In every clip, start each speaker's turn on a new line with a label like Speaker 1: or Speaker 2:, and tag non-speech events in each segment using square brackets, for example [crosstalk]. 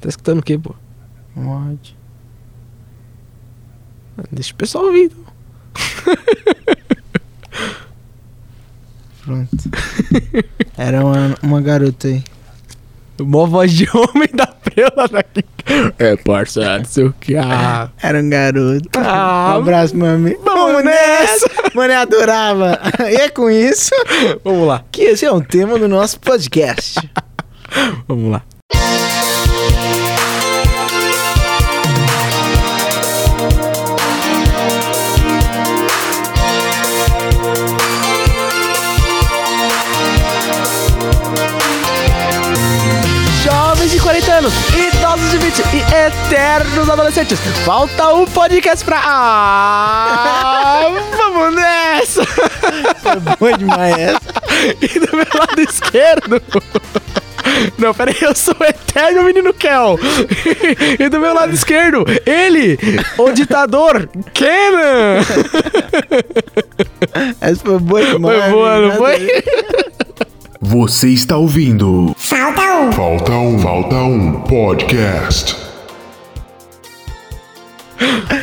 Speaker 1: Tá escutando o quê, pô?
Speaker 2: Mod.
Speaker 1: Deixa o pessoal ouvir. então.
Speaker 2: Pronto. [laughs] Era uma, uma garota aí.
Speaker 1: Mó voz de [laughs] homem da prela daqui. É, parça, não sei o que. Ah,
Speaker 2: Era um garoto.
Speaker 1: Ah,
Speaker 2: um abraço, mami.
Speaker 1: vamos nessa!
Speaker 2: Mano, eu adorava. E é com isso
Speaker 1: Vamos lá,
Speaker 2: que esse é o tema do nosso podcast.
Speaker 1: vamos lá. Jovens de 40 anos, idosos de 20 e eternos adolescentes. Falta um podcast pra. Ah, [laughs] vamos nessa!
Speaker 2: Foi demais essa.
Speaker 1: [laughs] E do meu lado esquerdo. Não, peraí, eu sou o eterno menino Kel. E do meu lado esquerdo, ele, o ditador
Speaker 2: [laughs]
Speaker 1: Kenan.
Speaker 2: Essa foi boa demais. né?
Speaker 1: Foi boa, não
Speaker 2: Nada a
Speaker 1: foi?
Speaker 2: ver.
Speaker 3: Você está ouvindo. Falta um. Falta um. Falta um podcast.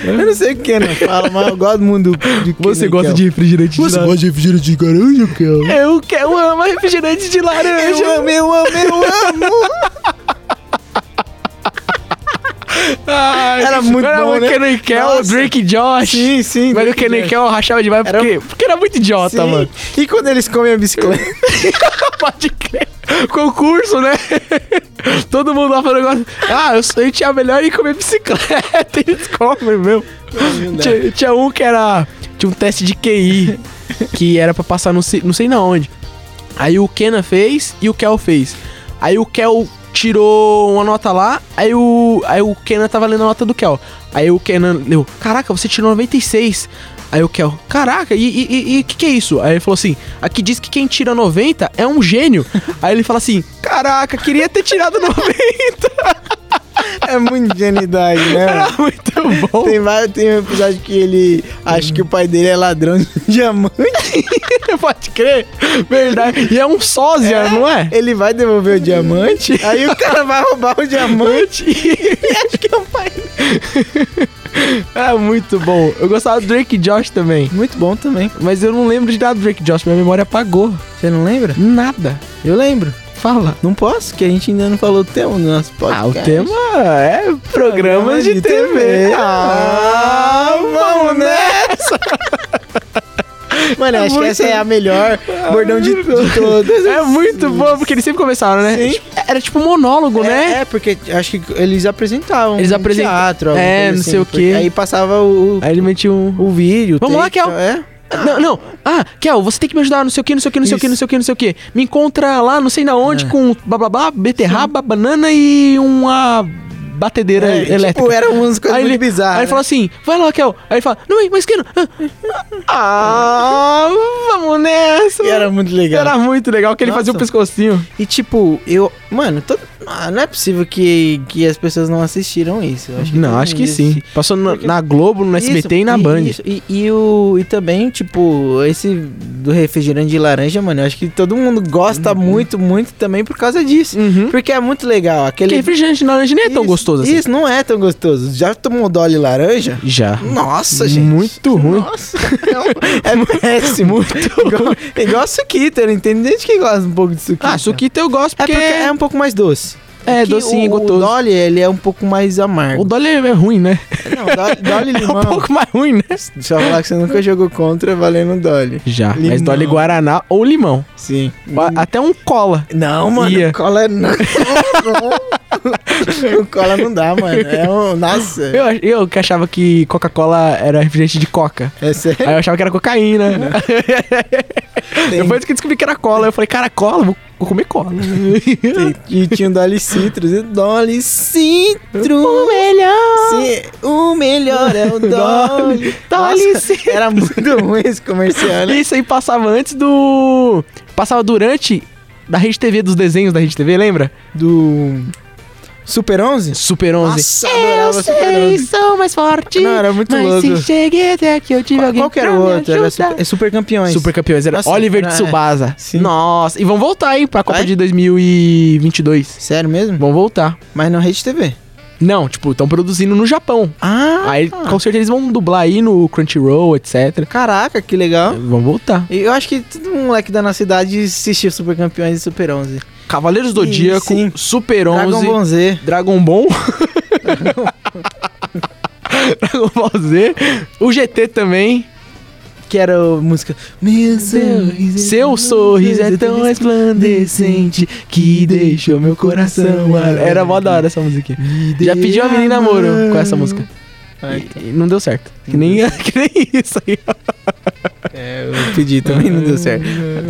Speaker 2: Eu não sei o que não fala, mas eu gosto muito do- de que
Speaker 1: Você
Speaker 2: nem
Speaker 1: gosta
Speaker 2: quer.
Speaker 1: de refrigerante de
Speaker 2: Você gosta de refrigerante de laranja, Kel?
Speaker 1: Eu quero, amo refrigerante de laranja.
Speaker 2: Eu amo, eu amo, eu amo.
Speaker 1: [laughs] Ai,
Speaker 2: Era muito
Speaker 1: era
Speaker 2: bom,
Speaker 1: o
Speaker 2: né?
Speaker 1: Kenan e Kel,
Speaker 2: Nossa.
Speaker 1: Drake e Josh.
Speaker 2: Sim, sim.
Speaker 1: Mas o
Speaker 2: Drake e
Speaker 1: Kenan e
Speaker 2: Josh.
Speaker 1: Kel rachava demais
Speaker 2: Era- um-
Speaker 1: porque, porque era muito idiota,
Speaker 2: Sim.
Speaker 1: é mano.
Speaker 2: E quando eles comem a bicicleta?
Speaker 1: [laughs] Pode crer. Concurso, né? [laughs] Todo mundo lá falando negócio. Ah, eu, sou- eu tinha a melhor em comer bicicleta. [laughs] Eles comem, meu. Tinha, tinha um que era. Tinha um teste de QI. Que era pra passar no, se- não sei na onde. Aí o Kenan fez e o Kel fez. Aí o Kel tirou uma nota lá, aí o, aí o Kenan tava lendo a nota do Kel. Aí o Kenan leu, caraca, você tirou 96. Aí o Kel, caraca, e o e, e, que, que é isso? Aí ele falou assim, aqui diz que quem tira 90 é um gênio. aí ele fala assim, caraca, queria ter tirado 90.
Speaker 2: É muito ingenuidade, né? mano?
Speaker 1: [laughs] Muito bom.
Speaker 2: Tem, vários, tem um episódio que ele acha que o pai dele é ladrão de diamante.
Speaker 1: [laughs] Pode crer. Verdade. E é um sósia, não é?
Speaker 2: Ele vai devolver o diamante, aí o cara vai roubar o diamante.
Speaker 1: [laughs] Acho que é um [laughs] pai. É muito bom. Eu gostava do Drake e Josh também.
Speaker 2: Muito bom também.
Speaker 1: Mas eu não lembro de nada do Drake e Josh. Minha memória apagou.
Speaker 2: Você não lembra?
Speaker 1: Nada.
Speaker 2: Eu lembro.
Speaker 1: Fala.
Speaker 2: Não posso, que a gente ainda não falou o tema do nosso podcast.
Speaker 1: Ah, o tema é programas de,
Speaker 2: um de
Speaker 1: TV.
Speaker 2: TV.
Speaker 1: Ah, vamos nessa.
Speaker 2: [laughs] Mano, eu acho
Speaker 1: muito-
Speaker 2: que essa [laughs] é a melhor bordão de, de todas.
Speaker 1: É muito bom, porque eles sempre começaram, né?
Speaker 2: Sim.
Speaker 1: Era tipo monólogo,
Speaker 2: É,
Speaker 1: né?
Speaker 2: É, porque acho que eles apresentavam.
Speaker 1: Eles
Speaker 2: um
Speaker 1: apresentam-
Speaker 2: Teatro, alguma
Speaker 1: É,
Speaker 2: coisa
Speaker 1: não
Speaker 2: assim,
Speaker 1: sei o
Speaker 2: porque
Speaker 1: quê.
Speaker 2: Aí passava o,
Speaker 1: Aí ele metia um...
Speaker 2: o vídeo. o
Speaker 1: Vamos lá,
Speaker 2: texto,
Speaker 1: Kel.
Speaker 2: É.
Speaker 1: Não, não. Ah, Kel, você tem que me ajudar, não sei o que, não sei o que, não sei o que, não sei o que, não sei o que. Me encontra lá, não sei na onde,
Speaker 2: É.
Speaker 1: com blá blá blá, beterraba, banana e uma batedeira
Speaker 2: É,
Speaker 1: elétrica.
Speaker 2: Tipo, eram umas coisas
Speaker 1: Aí
Speaker 2: muito
Speaker 1: ele,
Speaker 2: bizarras. né?
Speaker 1: aí ele fala assim, vai lá, Kel. Aí ele fala, não, mas que não. Ah, vamos nessa.
Speaker 2: E era muito legal.
Speaker 1: Era muito legal que ele
Speaker 2: Nossa.
Speaker 1: fazia o pescocinho.
Speaker 2: E tipo, eu. Mano, todo- ah, não é possível que, que as pessoas não assistiram isso. Eu acho que todo
Speaker 1: não, acho
Speaker 2: mundo
Speaker 1: que sim.
Speaker 2: assisti-
Speaker 1: Passou na,
Speaker 2: Porque-
Speaker 1: na Globo, no SBT
Speaker 2: Isso,
Speaker 1: e na Band.
Speaker 2: isso, e, e o, e também, tipo, esse do refrigerante de laranja, mano, eu acho que todo mundo gosta muito, muito também por causa disso.
Speaker 1: Uhum.
Speaker 2: Porque é muito legal. Aquele
Speaker 1: Porque refrigerante de laranja nem é tão
Speaker 2: Isso,
Speaker 1: gostoso assim.
Speaker 2: Isso, não é tão gostoso. Já tomou Dolly laranja?
Speaker 1: Já.
Speaker 2: Nossa, gente.
Speaker 1: Muito ruim.
Speaker 2: Nossa, [laughs] é, um- é péssimo. Muito igual, é igual suquita, não entendo gente que gosta um pouco de suquita.
Speaker 1: Ah, suquita eu gosto
Speaker 2: É
Speaker 1: porque...
Speaker 2: porque é um pouco mais doce.
Speaker 1: É,
Speaker 2: Aqui
Speaker 1: docinho,
Speaker 2: o,
Speaker 1: gostoso.
Speaker 2: O Dolly, ele é um pouco mais
Speaker 1: O
Speaker 2: amargo.
Speaker 1: Dolly é ruim, né?
Speaker 2: Não, Dolly,
Speaker 1: [laughs]
Speaker 2: [laughs] Dolly
Speaker 1: É
Speaker 2: limão.
Speaker 1: um pouco mais ruim, né?
Speaker 2: Deixa eu falar que você nunca jogou contra valendo Dolly.
Speaker 1: Já, mas
Speaker 2: Limão.
Speaker 1: Dolly Guaraná ou limão.
Speaker 2: Sim.
Speaker 1: Ba- Até um cola.
Speaker 2: Não, mano,
Speaker 1: Ia.
Speaker 2: cola é- [laughs] não. não. cola não dá, mano. É um, nossa.
Speaker 1: Eu, ach- eu que achava que Coca-Cola era refrigerante de coca.
Speaker 2: É sério.
Speaker 1: Aí eu achava que era cocaína. [laughs] Depois que eu descobri que era cola, eu falei, cara, cola, vou vou comer cola.
Speaker 2: E, e tinha o Dolly Citrus. E Dolly
Speaker 1: o
Speaker 2: Citrus.
Speaker 1: melhor!
Speaker 2: Se- o melhor é o Dolly.
Speaker 1: Dolly
Speaker 2: Nossa,
Speaker 1: Citrus.
Speaker 2: Era muito ruim esse comercial, né?
Speaker 1: Isso aí passava antes do. Passava durante da Rede TV, dos desenhos da Rede TV, lembra?
Speaker 2: Do. Super 11?
Speaker 1: Super 11.
Speaker 2: Nossa, É, eu adorava Super 11.
Speaker 1: sou mais forte.
Speaker 2: Não, era muito louco.
Speaker 1: cheguei até aqui, eu tive
Speaker 2: Qual, qual que era o
Speaker 1: pra me
Speaker 2: outro? Era
Speaker 1: ajudar.
Speaker 2: super, é super Campeões.
Speaker 1: Super campeões, era
Speaker 2: Nossa,
Speaker 1: Oliver de
Speaker 2: é.
Speaker 1: Tsubasa.
Speaker 2: Sim. É?
Speaker 1: Nossa, e vão voltar, hein, pra Copa
Speaker 2: Vai?
Speaker 1: de 2022.
Speaker 2: Sério mesmo?
Speaker 1: Vão voltar.
Speaker 2: Mas não Rede TV.
Speaker 1: Não, tipo, estão produzindo no Japão.
Speaker 2: Ah,
Speaker 1: Aí, com certeza, eles vão dublar aí no Crunchyroll, etc.
Speaker 2: caraca, que legal.
Speaker 1: Vão voltar.
Speaker 2: E Eu acho que todo moleque da nossa idade assistiu Super Campeões e Super 11.
Speaker 1: Cavaleiros do
Speaker 2: Ih,
Speaker 1: Zodíaco,
Speaker 2: sim.
Speaker 1: Super 11,
Speaker 2: Dragon Ball Z.
Speaker 1: Dragon Ball. [laughs] Dragon Ball Z. O GT também.
Speaker 2: Que era a música. Meu sorriso. é
Speaker 1: Seu sorriso é tão resplandecente que deixou meu coração. a- é Era mó da hora essa musiquinha. Já pediu a menina namoro com essa música.
Speaker 2: Ai,
Speaker 1: E- e não deu certo. Que nem, [laughs] que nem isso aí.
Speaker 2: É, eu pedi também, não deu certo.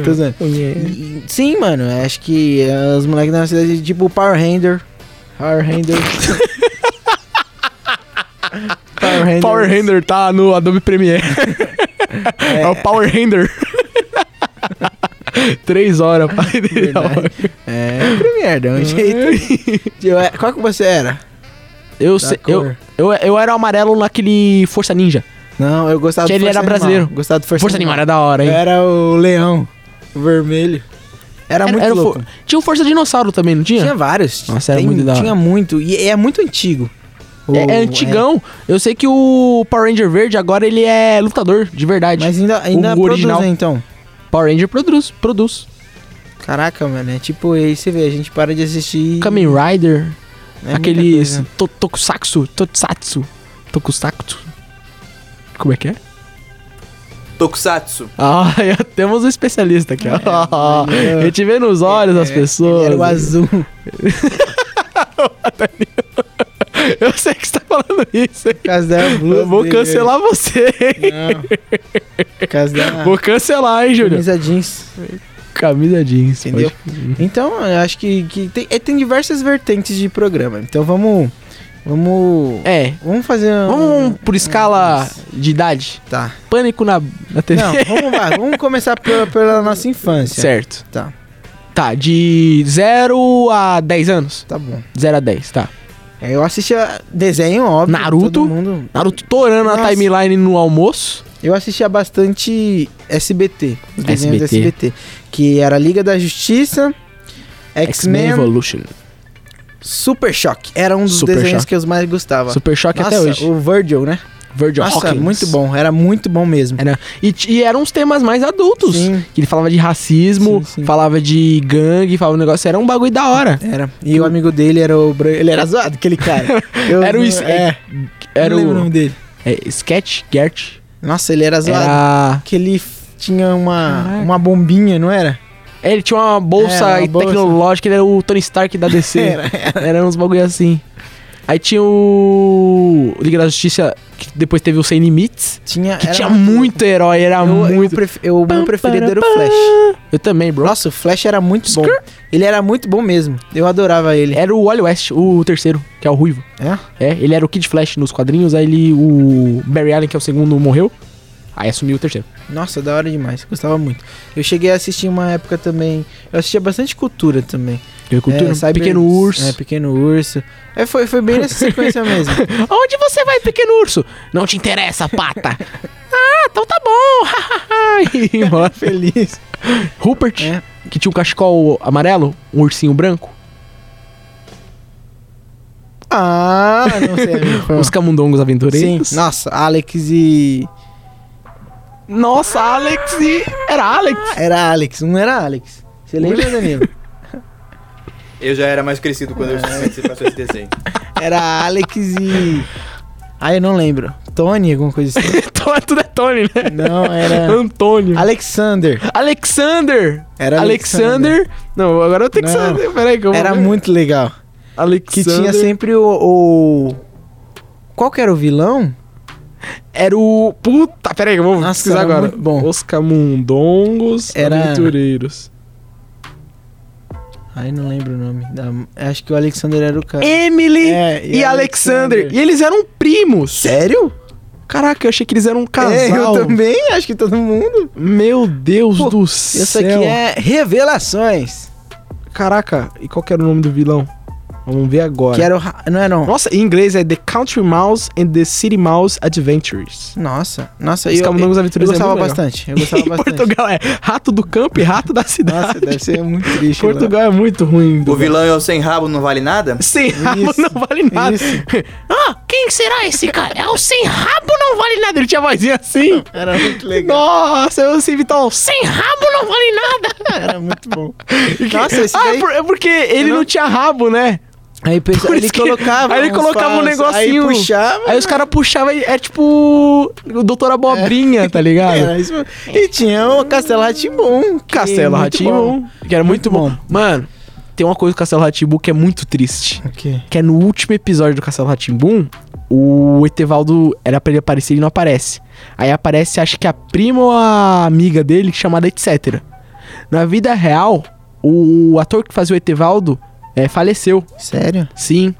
Speaker 2: Tô zoando. E- Sim, mano, eu acho que eh, os moleques da nossa cidade, tipo Power Ranger. Power Ranger. Power Ranger.
Speaker 1: Power Render tá no Adobe [laughs] Premiere. É, o Power [laughs] Render. Três horas, pai.
Speaker 2: É, Premiere, deu um jeito. Eu era- Qual que você era?
Speaker 1: Eu,
Speaker 2: Da
Speaker 1: sei- eu,
Speaker 2: cor.
Speaker 1: eu, eu era o amarelo naquele Força Ninja.
Speaker 2: Não, eu gostava
Speaker 1: Que ele era
Speaker 2: Animal.
Speaker 1: brasileiro.
Speaker 2: Gostava do Força,
Speaker 1: Força, Animal era da hora, hein?
Speaker 2: Eu era o leão, o vermelho. Era, Tá muito
Speaker 1: era o
Speaker 2: louco.
Speaker 1: for- Tinha o Força Dinossauro também, não tinha?
Speaker 2: Tinha vários.
Speaker 1: Nossa, era muito da hora.
Speaker 2: Tinha muito. E é muito antigo. O-
Speaker 1: É, é antigão. Eu sei que o Power Ranger Verde agora ele é lutador, de
Speaker 2: é.
Speaker 1: verdade.
Speaker 2: Mas ainda, ainda
Speaker 1: O original.
Speaker 2: produzem, então.
Speaker 1: Power Ranger produz, produz.
Speaker 2: Caraca, mano. É tipo, aí você vê, a gente para de assistir.
Speaker 1: Kamen Rider,
Speaker 2: é
Speaker 1: aqueles
Speaker 2: muita coisa.
Speaker 1: to- Tokusatsu, Tokusatsu, Tokusatsu. Como é que é?
Speaker 4: Tokusatsu.
Speaker 1: Ah, [laughs] temos um especialista aqui. ó.
Speaker 2: É, olha.
Speaker 1: a gente vê nos olhos das
Speaker 2: É,
Speaker 1: pessoas.
Speaker 2: ele Era o [laughs] azul.
Speaker 1: [laughs] Eu sei que você tá falando isso, hein?
Speaker 2: Por causa da blusa
Speaker 1: Eu vou
Speaker 2: dele.
Speaker 1: cancelar você, hein?
Speaker 2: Não. Por causa da
Speaker 1: Vou cancelar, hein, Júlio?
Speaker 2: camisa jeans.
Speaker 1: Camisa jeans,
Speaker 2: Entendeu?
Speaker 1: pode-
Speaker 2: Então, eu acho que, que tem, é, tem diversas vertentes de programa. Então vamos. Vamos.
Speaker 1: É.
Speaker 2: Vamos fazer um.
Speaker 1: Vamos por escala de idade.
Speaker 2: Tá.
Speaker 1: Pânico na, na TV.
Speaker 2: Não, vamos lá. Vamos começar pela, pela nossa
Speaker 1: [laughs]
Speaker 2: infância.
Speaker 1: Certo.
Speaker 2: Tá.
Speaker 1: Tá, de 0 a 10 anos.
Speaker 2: Tá bom.
Speaker 1: 0 a 10, tá.
Speaker 2: É, Eu assistia desenho, óbvio.
Speaker 1: Naruto.
Speaker 2: todo mundo.
Speaker 1: Naruto torando a
Speaker 2: Nossa.
Speaker 1: timeline no almoço.
Speaker 2: Eu assistia bastante SBT. Os desenhos
Speaker 1: SBT.
Speaker 2: do SBT. Que era Liga da Justiça,
Speaker 1: X-Men
Speaker 2: X-Men,
Speaker 1: Evolution.
Speaker 2: Super Choque. Era um dos
Speaker 1: Super
Speaker 2: desenhos
Speaker 1: Choque.
Speaker 2: que eu mais gostava.
Speaker 1: Super choque
Speaker 2: Nossa,
Speaker 1: até hoje.
Speaker 2: o Virgil, né?
Speaker 1: Virgil
Speaker 2: Nossa,
Speaker 1: Hawkins.
Speaker 2: muito bom. Era muito bom mesmo.
Speaker 1: Era, e, t- e eram uns temas mais adultos.
Speaker 2: Sim.
Speaker 1: Que ele falava de racismo,
Speaker 2: Sim, sim.
Speaker 1: falava de gangue, falava um negócio. Era um bagulho da hora.
Speaker 2: Era. E o amigo dele era o. Bran- Ele era zoado,
Speaker 1: [laughs]
Speaker 2: aquele cara. Eu
Speaker 1: Era o
Speaker 2: não-
Speaker 1: is-
Speaker 2: É,
Speaker 1: Era
Speaker 2: não lembro o
Speaker 1: o.
Speaker 2: nome dele.
Speaker 1: É, sketch? Gert?
Speaker 2: Nossa, ele era zoado.
Speaker 1: Era.
Speaker 2: Que ele f- tinha uma,
Speaker 1: Caraca.
Speaker 2: uma bombinha, não era?
Speaker 1: É, ele tinha uma bolsa
Speaker 2: Era uma bolsa.
Speaker 1: tecnológica, ele era o Tony Stark da DC.
Speaker 2: [laughs] Era, é.
Speaker 1: Era uns bagulho assim. Aí tinha o. o Liga da Justiça, que depois teve o Sem Limites.
Speaker 2: Tinha.
Speaker 1: Que
Speaker 2: era
Speaker 1: tinha
Speaker 2: muito-
Speaker 1: muito herói, era
Speaker 2: Eu,
Speaker 1: muito.
Speaker 2: eu pref- eu- o meu
Speaker 1: Pam,
Speaker 2: preferido era o
Speaker 1: pam,
Speaker 2: Flash.
Speaker 1: Eu também, bro.
Speaker 2: Nossa, o Flash era muito bom. Ele era muito bom mesmo. Eu adorava ele.
Speaker 1: Era o Wally West, o terceiro, que é o Ruivo.
Speaker 2: É?
Speaker 1: É, ele era o Kid Flash nos quadrinhos, aí ele, o Barry Allen, que é o segundo, morreu. Aí assumiu o terceiro.
Speaker 2: Nossa, da hora demais. Gostava muito. Eu cheguei a assistir uma época também. Eu assistia bastante cultura também.
Speaker 1: Eu cultura,
Speaker 2: É, Cyber-
Speaker 1: Pequeno Urso. [laughs]
Speaker 2: É, Pequeno Urso. É, foi, foi bem nessa sequência mesmo.
Speaker 1: Onde você vai, Pequeno Urso? Não te interessa,
Speaker 2: [laughs]
Speaker 1: pata. ah, então tá bom. [laughs] e ia embora.
Speaker 2: [laughs] Feliz.
Speaker 1: Rupert,
Speaker 2: É.
Speaker 1: que tinha um cachecol amarelo, um ursinho branco,
Speaker 2: Ah, não sei.
Speaker 1: [laughs]
Speaker 2: amigo, foi mal.
Speaker 1: os camundongos
Speaker 2: Sim.
Speaker 1: aventureiros.
Speaker 2: Nossa, Alex e.
Speaker 1: Nossa, Alex e... Era Alex.
Speaker 2: Era Alex, um era Alex. Você lembra, Danilo?
Speaker 4: Eu já era mais crescido quando eu você passou esse desenho.
Speaker 2: Era Alex e. Ah, eu não lembro. Tony, alguma
Speaker 1: [laughs]
Speaker 2: coisa assim.
Speaker 1: [laughs] Então, Tudo é Tony, né?
Speaker 2: Não, era.
Speaker 1: Antônio.
Speaker 2: Alexander.
Speaker 1: Alexander.
Speaker 2: Era
Speaker 1: Alexander. Não, agora eu tenho que
Speaker 2: Não.
Speaker 1: saber. Peraí que eu vou
Speaker 2: Era
Speaker 1: ver.
Speaker 2: muito legal. Que
Speaker 1: Alexander.
Speaker 2: tinha sempre o, o- Qual que era o vilão?
Speaker 1: Era o... Puta, peraí que eu vou
Speaker 2: Nossa,
Speaker 1: pesquisar
Speaker 2: era
Speaker 1: agora.
Speaker 2: muito bom.
Speaker 1: Os camundongos
Speaker 2: Era-
Speaker 1: aventureiros.
Speaker 2: Ai, não lembro o nome. Da- Acho que o Alexander era o cara.
Speaker 1: Emily
Speaker 2: É,
Speaker 1: e, Alexander.
Speaker 2: Alexander.
Speaker 1: E eles eram primos.
Speaker 2: Sério?
Speaker 1: Caraca, eu achei que eles eram um casal.
Speaker 2: É, eu também, acho que todo mundo.
Speaker 1: Meu Deus
Speaker 2: Pô, é-
Speaker 1: do
Speaker 2: Isso
Speaker 1: céu.
Speaker 2: aqui é Revelações.
Speaker 1: Caraca, e qual que era o nome do vilão? Vamos ver agora.
Speaker 2: Que era o. ra- Não é, não.
Speaker 1: Nossa, em inglês é The Country Mouse and the City Mouse Adventures.
Speaker 2: Nossa, nossa,
Speaker 1: Os
Speaker 2: eu,
Speaker 1: Camundongos
Speaker 2: eu, eu
Speaker 1: Aventureiros é
Speaker 2: gostava
Speaker 1: muito legal.
Speaker 2: bastante. Eu
Speaker 1: [laughs] em
Speaker 2: gostava bastante.
Speaker 1: Portugal é Rato do Campo e Rato da Cidade.
Speaker 2: Nossa, deve ser muito triste. né?
Speaker 1: [laughs] Portugal é muito ruim.
Speaker 4: O vilão é o sem rabo, não vale nada?
Speaker 1: Sem rabo
Speaker 2: Isso,
Speaker 1: não vale nada. [laughs]
Speaker 2: isso.
Speaker 1: Ah, quem será esse cara? É o sem rabo não vale nada. Ele tinha vozinha assim.
Speaker 2: Era muito [laughs] legal.
Speaker 1: Nossa, eu sei, Vitão. Sem rabo não vale nada.
Speaker 2: Era muito
Speaker 1: [laughs]
Speaker 2: bom. Nossa, esse
Speaker 1: ah, é
Speaker 2: daí...
Speaker 1: por- é porque ele
Speaker 2: Eu
Speaker 1: não...
Speaker 2: não-
Speaker 1: tinha rabo, né?
Speaker 2: Aí pensa,
Speaker 1: Por
Speaker 2: ele
Speaker 1: isso que-
Speaker 2: colocava.
Speaker 1: Aí ele
Speaker 2: uns
Speaker 1: colocava um
Speaker 2: falsos,
Speaker 1: negocinho.
Speaker 2: Aí puxava.
Speaker 1: Aí os caras puxavam e é tipo. O Doutor Abobrinha,
Speaker 2: É.
Speaker 1: tá ligado?
Speaker 2: Era isso mesmo. E tinha o Castelo Ratimbum.
Speaker 1: Castelo Ratimbu, que era muito, bom.
Speaker 2: Muito
Speaker 1: Mano, tem uma coisa do Castelo Ratimbu que é muito triste.
Speaker 2: Ok.
Speaker 1: Que é no último episódio do Castelo Ratimbum, o Etevaldo era pra ele aparecer e ele não aparece. Aí aparece, acho que a prima ou a amiga dele, chamada etc. Na vida real, o ator que fazia o Etevaldo é, faleceu.
Speaker 2: Sério?
Speaker 1: Sim.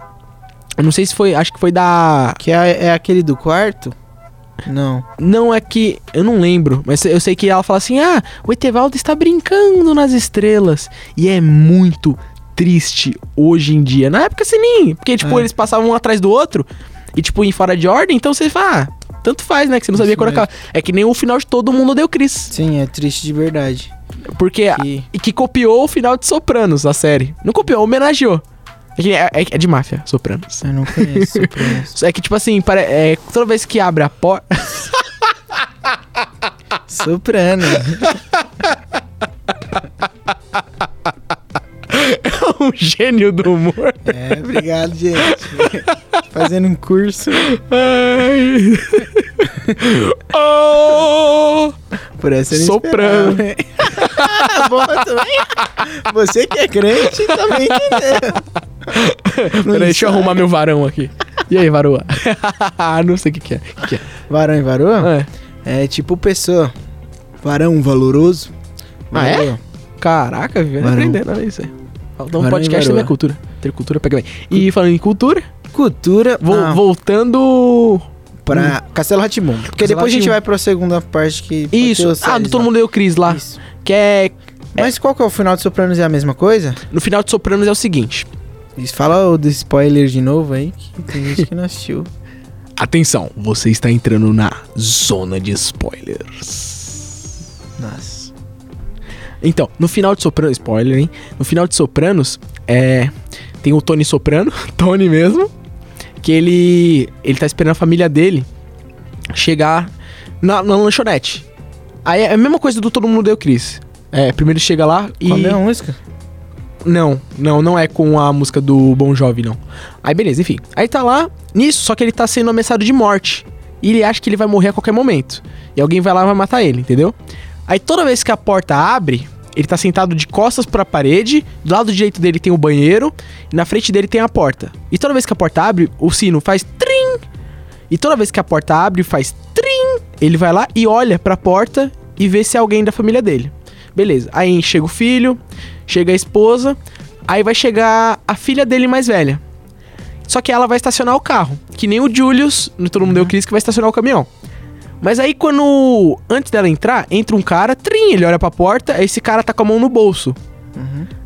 Speaker 1: Eu não sei se foi, acho que foi da.
Speaker 2: Que é, é aquele do quarto? Não.
Speaker 1: Não é que. Eu não lembro, mas eu sei que ela fala assim: ah, o Etevaldo está brincando nas estrelas. E é muito triste hoje em dia. Na época você nem. Porque, tipo,
Speaker 2: É.
Speaker 1: eles passavam um atrás do outro. E, tipo, em fora de ordem, então você fala, ah, tanto faz, né? Que você não sabia
Speaker 2: Isso
Speaker 1: quando
Speaker 2: mesmo.
Speaker 1: acaba. É que nem o final de todo mundo deu Chris.
Speaker 2: Sim, é triste de verdade.
Speaker 1: Porque.
Speaker 2: Que-
Speaker 1: E que copiou o final de Sopranos da série. Não copiou, homenageou. É, que- é- é de máfia, Sopranos.
Speaker 2: Eu não conheço, eu conheço.
Speaker 1: É que, tipo assim, pare- é, toda vez que abre a [laughs] porta.
Speaker 2: Soprano.
Speaker 1: é um gênio do humor.
Speaker 2: É, obrigado, gente. Fazendo um curso
Speaker 1: Ai. [laughs] oh!
Speaker 2: por essa eu não
Speaker 1: Soprano.
Speaker 2: esperava, hein? [laughs] Bom também. Você que é crente também né? entendeu.
Speaker 1: Peraí, deixa eu arrumar meu varão aqui. E aí, varoa? [laughs] Não sei o que, que é. O que que é?
Speaker 2: Varão e
Speaker 1: Ah,
Speaker 2: varoa? É tipo pessoa. Varão valoroso.
Speaker 1: Ah, é?
Speaker 2: Varoa.
Speaker 1: Caraca, velho,
Speaker 2: Varão.
Speaker 1: aprendendo, olha isso aí. Faltou um
Speaker 2: Varão e
Speaker 1: podcast sobre
Speaker 2: varoa.
Speaker 1: a cultura. Ter cultura pega bem. E falando em cultura,
Speaker 2: Cultura.
Speaker 1: vou-
Speaker 2: não,
Speaker 1: voltando.
Speaker 2: Pra Castelo Ratimum. Porque
Speaker 1: Castelo
Speaker 2: depois a gente
Speaker 1: Rá-Tim-Bum.
Speaker 2: vai pra segunda parte que. vai ter
Speaker 1: Isso.
Speaker 2: os
Speaker 1: Ah, do
Speaker 2: séries
Speaker 1: Todo
Speaker 2: lá.
Speaker 1: Mundo Deu Cris lá.
Speaker 2: Isso.
Speaker 1: Que é.
Speaker 2: Mas qual que é o final de Sopranos? É a mesma coisa?
Speaker 1: No final de Sopranos é o seguinte.
Speaker 2: Eles falam o do spoiler de novo aí, que tem gente que não assistiu.
Speaker 1: Atenção, você está entrando na zona de spoilers.
Speaker 2: Nossa.
Speaker 1: Então, no final de Sopranos, spoiler, hein? No final de Sopranos, é, tem o Tony Soprano, [laughs] Tony mesmo, que ele ele tá esperando a família dele chegar na, na lanchonete. Aí é a mesma coisa do Todo Mundo Deu Cris. É, primeiro chega lá e...
Speaker 2: E... Qual é a música?
Speaker 1: Não, não, não é com a música do Bon Jovi, não. Aí beleza, enfim. Aí tá lá, nisso, só que ele tá sendo ameaçado de morte. E ele acha que ele vai morrer a qualquer momento. E alguém vai lá e vai matar ele, entendeu? Aí toda vez que a porta abre, ele tá sentado de costas pra parede, do lado direito dele tem o banheiro, e na frente dele tem a porta. E toda vez que a porta abre, o sino faz trim. E toda vez que a porta abre, faz trim. Ele vai lá e olha pra porta e vê se é alguém da família dele. Beleza. Aí chega o filho, chega a esposa, aí vai chegar a filha dele mais velha. Só que ela vai estacionar o carro, que nem o Julius, no todo mundo deu Chris, que vai estacionar o caminhão. Mas aí quando antes dela entrar, entra um cara, trim, ele olha pra porta, aí esse cara tá com a mão no bolso.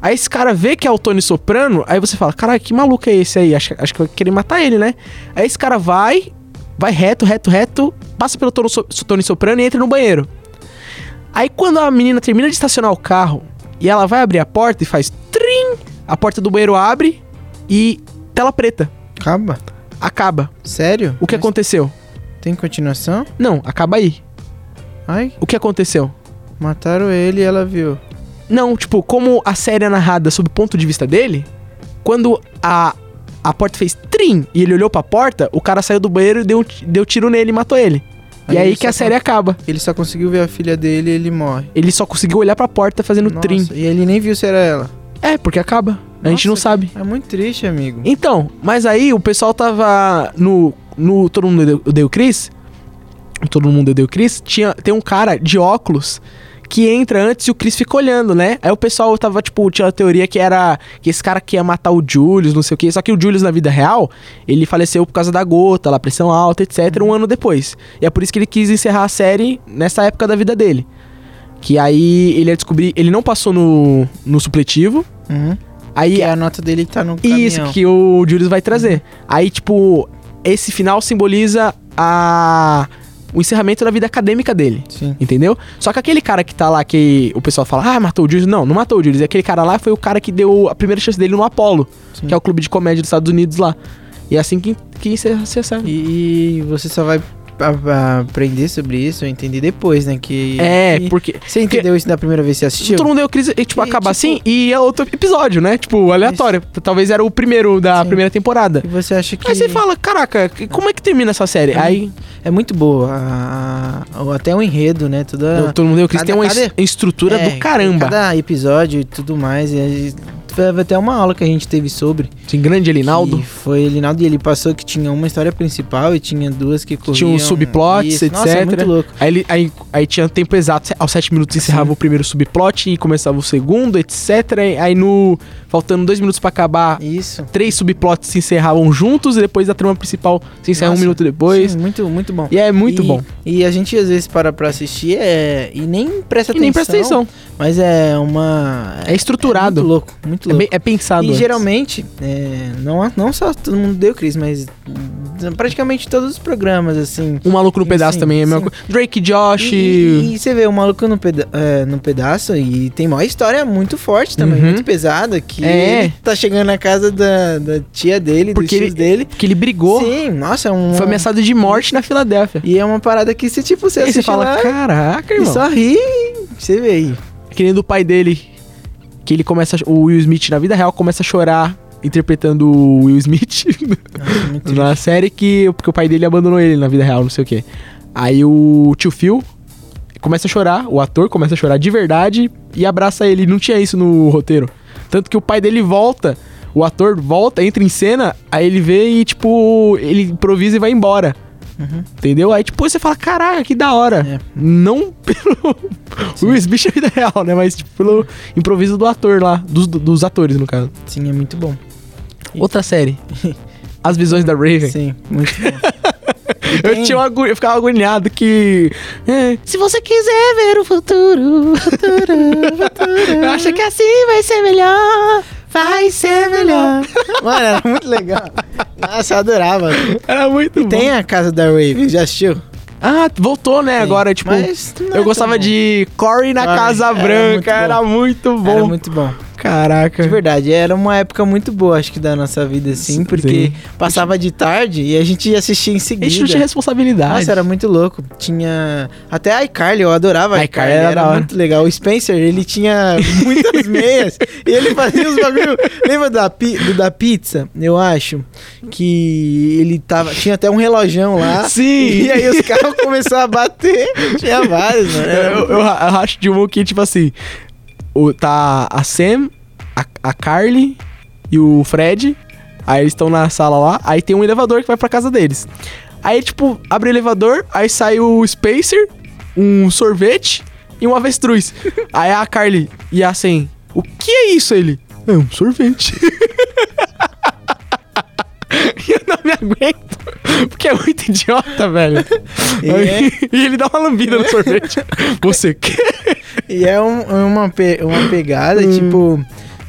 Speaker 1: Aí esse cara vê que é o Tony Soprano, aí você fala, caralho, que maluco é esse aí? Acho, acho que vai querer matar ele, né? Aí esse cara vai, vai reto, reto, reto, passa pelo Tony So- Tony Soprano e entra no banheiro. Aí quando a menina termina de estacionar o carro e ela vai abrir a porta e faz trim, a porta do banheiro abre e tela preta.
Speaker 2: Acaba?
Speaker 1: Acaba.
Speaker 2: Sério?
Speaker 1: O que
Speaker 2: Mas
Speaker 1: aconteceu?
Speaker 2: Tem continuação?
Speaker 1: Não, acaba aí.
Speaker 2: Ai,
Speaker 1: O que aconteceu?
Speaker 2: mataram ele e ela viu.
Speaker 1: Não, tipo, como a série é narrada sob o ponto de vista dele, quando a, a porta fez trim e ele olhou pra porta, o cara saiu do banheiro e deu, um ti- deu tiro nele e matou ele.
Speaker 2: Aí
Speaker 1: e aí
Speaker 2: ele
Speaker 1: que a
Speaker 2: É só
Speaker 1: série acaba.
Speaker 2: Ele só conseguiu ver a filha dele e ele morre.
Speaker 1: Ele só conseguiu olhar pra porta fazendo
Speaker 2: Nossa,
Speaker 1: trim.
Speaker 2: E ele nem viu se era ela.
Speaker 1: É, porque acaba. a gente não
Speaker 2: Nossa,
Speaker 1: sabe.
Speaker 2: É muito triste, amigo.
Speaker 1: Então, mas aí o pessoal tava no. no Todo mundo deu, deu Chris. Todo mundo deu Chris. Tinha, tem um cara de óculos que entra antes e o Chris fica olhando, né? Aí o pessoal tava, tipo, tinha a teoria que era que esse cara que ia matar o Julius, não sei o quê. Só que o Julius, na vida real, ele faleceu por causa da gota, lá, pressão alta, etc., um ano depois. E é por isso que ele quis encerrar a série nessa época da vida dele. Que aí ele ia descobrir. Ele não passou no, no supletivo.
Speaker 2: Uhum.
Speaker 1: Aí
Speaker 2: E a nota dele tá no caminhão.
Speaker 1: isso que o Julius vai trazer. Aí, tipo, esse final simboliza a o encerramento da vida acadêmica dele.
Speaker 2: Sim.
Speaker 1: Entendeu? Só que aquele cara que tá lá, que o pessoal fala, ah, matou o Julius. Não, não matou o Julius. Aquele cara lá foi o cara que deu a primeira chance dele no Apollo,
Speaker 2: Sim.
Speaker 1: que é o clube de comédia dos Estados Unidos lá. E é assim que, que encerra se essa.
Speaker 2: E, e você só vai a- a- aprender sobre isso, eu entendi depois, né? Que.
Speaker 1: É,
Speaker 2: que-
Speaker 1: porque.
Speaker 2: Você entendeu isso da primeira vez que você assistiu?
Speaker 1: Todo mundo deu crise e, tipo,
Speaker 2: E,
Speaker 1: acaba
Speaker 2: tipo-
Speaker 1: assim e é outro episódio, né? Tipo, aleatório. Talvez era o primeiro da
Speaker 2: Sim.
Speaker 1: primeira temporada.
Speaker 2: E você acha que.
Speaker 1: Aí você fala, caraca, que- como é que termina essa série?
Speaker 2: Hum.
Speaker 1: Aí
Speaker 2: É muito boa. a- a- o- até o enredo, né? Toda.
Speaker 1: todo mundo deu crise.
Speaker 2: cada-
Speaker 1: Tem uma
Speaker 2: cada-
Speaker 1: es- estrutura
Speaker 2: É,
Speaker 1: do caramba.
Speaker 2: Cada episódio e tudo mais. E a gente- teve até uma aula que a gente teve sobre.
Speaker 1: Tem grande Elinaldo.
Speaker 2: Que foi Linaldo e ele passou que tinha uma história principal e tinha duas que corriam. né?
Speaker 1: Tinha uns subplots,
Speaker 2: Isso. Nossa, é
Speaker 1: etc.
Speaker 2: muito louco.
Speaker 1: Aí, ele- aí, aí tinha tempo exato, se- aos sete minutos encerrava o primeiro subplot e começava o segundo, etc. E Aí no. Faltando dois minutos pra acabar,
Speaker 2: Isso.
Speaker 1: três subplots se encerravam juntos e depois a trama principal se encerra um
Speaker 2: Nossa,
Speaker 1: minuto depois.
Speaker 2: Sim, muito, muito bom.
Speaker 1: E é muito
Speaker 2: E-
Speaker 1: bom.
Speaker 2: E a gente às vezes para pra assistir é... e nem
Speaker 1: E
Speaker 2: presta atenção.
Speaker 1: nem presta atenção.
Speaker 2: Mas é uma.
Speaker 1: É estruturado.
Speaker 2: muito louco, muito
Speaker 1: É,
Speaker 2: louco.
Speaker 1: bem- é pensado.
Speaker 2: e
Speaker 1: antes.
Speaker 2: geralmente, é, não, não só todo mundo deu crise, mas praticamente todos os programas, assim.
Speaker 1: O Um Maluco no Pedaço
Speaker 2: Sim,
Speaker 1: também é a mesma
Speaker 2: sim.
Speaker 1: coisa. Drake Josh.
Speaker 2: E, e- e você vê o maluco no, peda é, no pedaço e tem uma história muito forte também,
Speaker 1: Uhum.
Speaker 2: muito pesada, que
Speaker 1: É.
Speaker 2: ele tá chegando na casa da, da tia dele,
Speaker 1: Porque
Speaker 2: dos tios
Speaker 1: ele-
Speaker 2: dele.
Speaker 1: Porque ele brigou.
Speaker 2: Sim, nossa, é um.
Speaker 1: Foi ameaçado de morte na Filadélfia.
Speaker 2: E é uma parada que se tipo, você
Speaker 1: E aí
Speaker 2: assiste
Speaker 1: você fala,
Speaker 2: lá
Speaker 1: caraca,
Speaker 2: e
Speaker 1: irmão.
Speaker 2: só ri, você vê aí.
Speaker 1: É Que nem do pai dele. Que ele começa. O Will Smith na vida real começa a chorar interpretando o Will Smith [laughs]
Speaker 2: Nossa, muito triste.
Speaker 1: na série que. Porque o pai dele abandonou ele na vida real, não sei o quê. Aí o tio Phil começa a chorar, o ator começa a chorar de verdade e abraça ele. Não tinha isso no roteiro. Tanto que o pai dele volta, o ator volta, entra em cena, aí ele vê e, tipo, ele improvisa e vai embora. Entendeu? Aí depois você fala, caraca, que da hora.
Speaker 2: Uhum. É.
Speaker 1: Não [laughs] pelo Will Smith na vida real, né? Mas tipo, pelo improviso do ator lá, dos, dos atores, no caso.
Speaker 2: Sim, é muito bom.
Speaker 1: Outra série. As visões da Raven.
Speaker 2: Sim,
Speaker 1: [laughs]
Speaker 2: muito bom.
Speaker 1: Eu, tinha uma agu- eu ficava agoniado que. é, se você quiser ver o futuro,
Speaker 2: [laughs]
Speaker 1: eu acho que assim vai ser melhor. Vai
Speaker 2: é
Speaker 1: ser melhor.
Speaker 2: Mano, era muito legal. Nossa, eu adorava.
Speaker 1: Era muito bom.
Speaker 2: Tem a casa da Raven, já assistiu?
Speaker 1: Ah, voltou, né? Agora, tipo.
Speaker 2: Mas não é
Speaker 1: eu gostava
Speaker 2: tão bom.
Speaker 1: de Corey na
Speaker 2: Corey,
Speaker 1: Casa
Speaker 2: era muito
Speaker 1: Branca.
Speaker 2: bom.
Speaker 1: Era muito bom.
Speaker 2: Era muito bom.
Speaker 1: Caraca.
Speaker 2: De verdade, era uma época muito boa, acho que, da nossa vida, assim,
Speaker 1: Sim.
Speaker 2: porque passava de tarde e a gente ia assistir em
Speaker 1: A gente não tinha
Speaker 2: seguida.
Speaker 1: responsabilidade.
Speaker 2: é. Nossa, era muito louco. Tinha. Até a iCarly, eu adorava
Speaker 1: iCarly
Speaker 2: a iCarly.
Speaker 1: era
Speaker 2: Era,
Speaker 1: da hora.
Speaker 2: muito legal. O Spencer, ele tinha
Speaker 1: [laughs]
Speaker 2: muitas meias. e ele fazia os bagulho. Lembra da, pi- do da pizza? Eu acho. Que ele tava. Tinha até um relojão lá.
Speaker 1: Sim.
Speaker 2: E aí os carros começaram a bater. Tinha vários, mano. Era
Speaker 1: É, Eu, eu, eu acho de um que, tipo assim, o, tá a Sam, a, a Carly e o Fred. Aí eles estão na sala lá, aí tem um elevador que vai pra casa deles. Aí, tipo, abre o elevador, aí sai o Spacer, um sorvete e um avestruz. Aí a Carly e a Sam, o que é isso, ele? É um sorvete. [laughs] E eu não me aguento, porque é muito idiota, velho.
Speaker 2: É.
Speaker 1: E ele dá uma lambida no sorvete. Você quer?
Speaker 2: E é um- é uma, pe- uma pegada,
Speaker 1: Hum.
Speaker 2: tipo.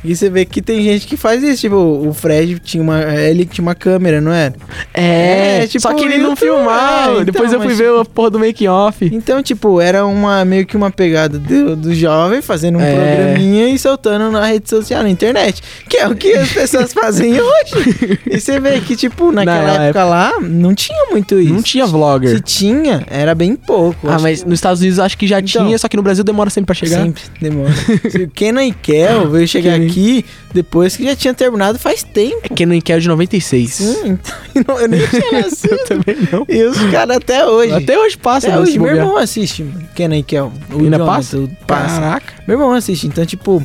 Speaker 2: E você vê que tem gente que faz isso. Tipo, o Fred tinha uma. Ele tinha uma câmera, não era?
Speaker 1: É,
Speaker 2: É, tipo,
Speaker 1: só que ele não
Speaker 2: YouTube,
Speaker 1: filmava.
Speaker 2: é, então,
Speaker 1: Depois eu fui
Speaker 2: mas-
Speaker 1: ver a porra do making off.
Speaker 2: Então, tipo, era uma meio que uma pegada do, do jovem fazendo um
Speaker 1: É.
Speaker 2: programinha e soltando na rede social, na internet. Que é o que as
Speaker 1: [laughs]
Speaker 2: pessoas fazem hoje. E você vê que, tipo, naquela
Speaker 1: Não, é-
Speaker 2: época lá, não tinha muito isso.
Speaker 1: Não tinha
Speaker 2: Se
Speaker 1: vlogger.
Speaker 2: tinha, era bem pouco.
Speaker 1: Ah,
Speaker 2: Acho
Speaker 1: mas
Speaker 2: tipo, que-
Speaker 1: nos Estados Unidos eu acho que já
Speaker 2: Então.
Speaker 1: tinha, só que no Brasil demora sempre pra chegar.
Speaker 2: Sempre demora. Se o Kenan e
Speaker 1: [laughs]
Speaker 2: Kel veio chegar
Speaker 1: Kenan.
Speaker 2: aqui depois que já tinha terminado faz tempo.
Speaker 1: É que não quer de 96.
Speaker 2: Hum, então, [laughs] eu nem tinha nascido.
Speaker 1: [laughs] Eu também não.
Speaker 2: E os caras até hoje.
Speaker 1: Até hoje passa,
Speaker 2: Até
Speaker 1: né, se
Speaker 2: hoje, meu
Speaker 1: bobear.
Speaker 2: irmão assiste mano, Kenan e Kel. é O
Speaker 1: Ainda
Speaker 2: Jonathan,
Speaker 1: passa?
Speaker 2: o- passa.
Speaker 1: Caraca.
Speaker 2: Meu irmão assiste. Então, tipo,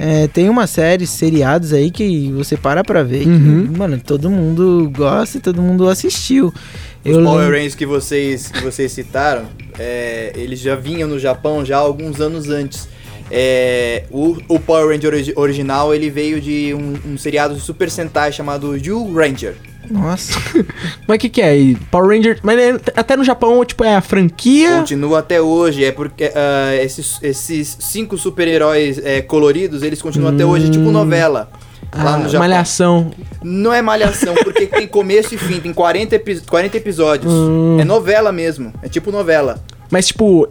Speaker 2: é, tem uma série, seriados aí que você para pra ver. que,
Speaker 1: Uhum.
Speaker 2: mano, todo mundo gosta e todo mundo assistiu.
Speaker 4: Os
Speaker 2: Eu
Speaker 4: Power
Speaker 2: lembro-
Speaker 4: Rangers que vocês, que vocês citaram, é, eles já vinham no Japão já há alguns anos antes. É, o, o Power Ranger origi- original ele veio de um, um seriado de Super Sentai chamado Yu Ranger.
Speaker 2: Nossa.
Speaker 1: Mas o que, que é? E Power Ranger. Mas é- até no Japão, tipo, é a franquia.
Speaker 4: Continua até hoje, é porque ah, esses, esses cinco super-heróis é, coloridos eles continuam até hoje, tipo novela. lá
Speaker 1: Ah,
Speaker 4: no Japão.
Speaker 1: Malhação.
Speaker 4: Não é malhação, porque tem começo e fim, tem 40, epi- 40 episódios.
Speaker 1: Hum.
Speaker 4: É novela mesmo, é tipo novela.
Speaker 1: Mas, tipo,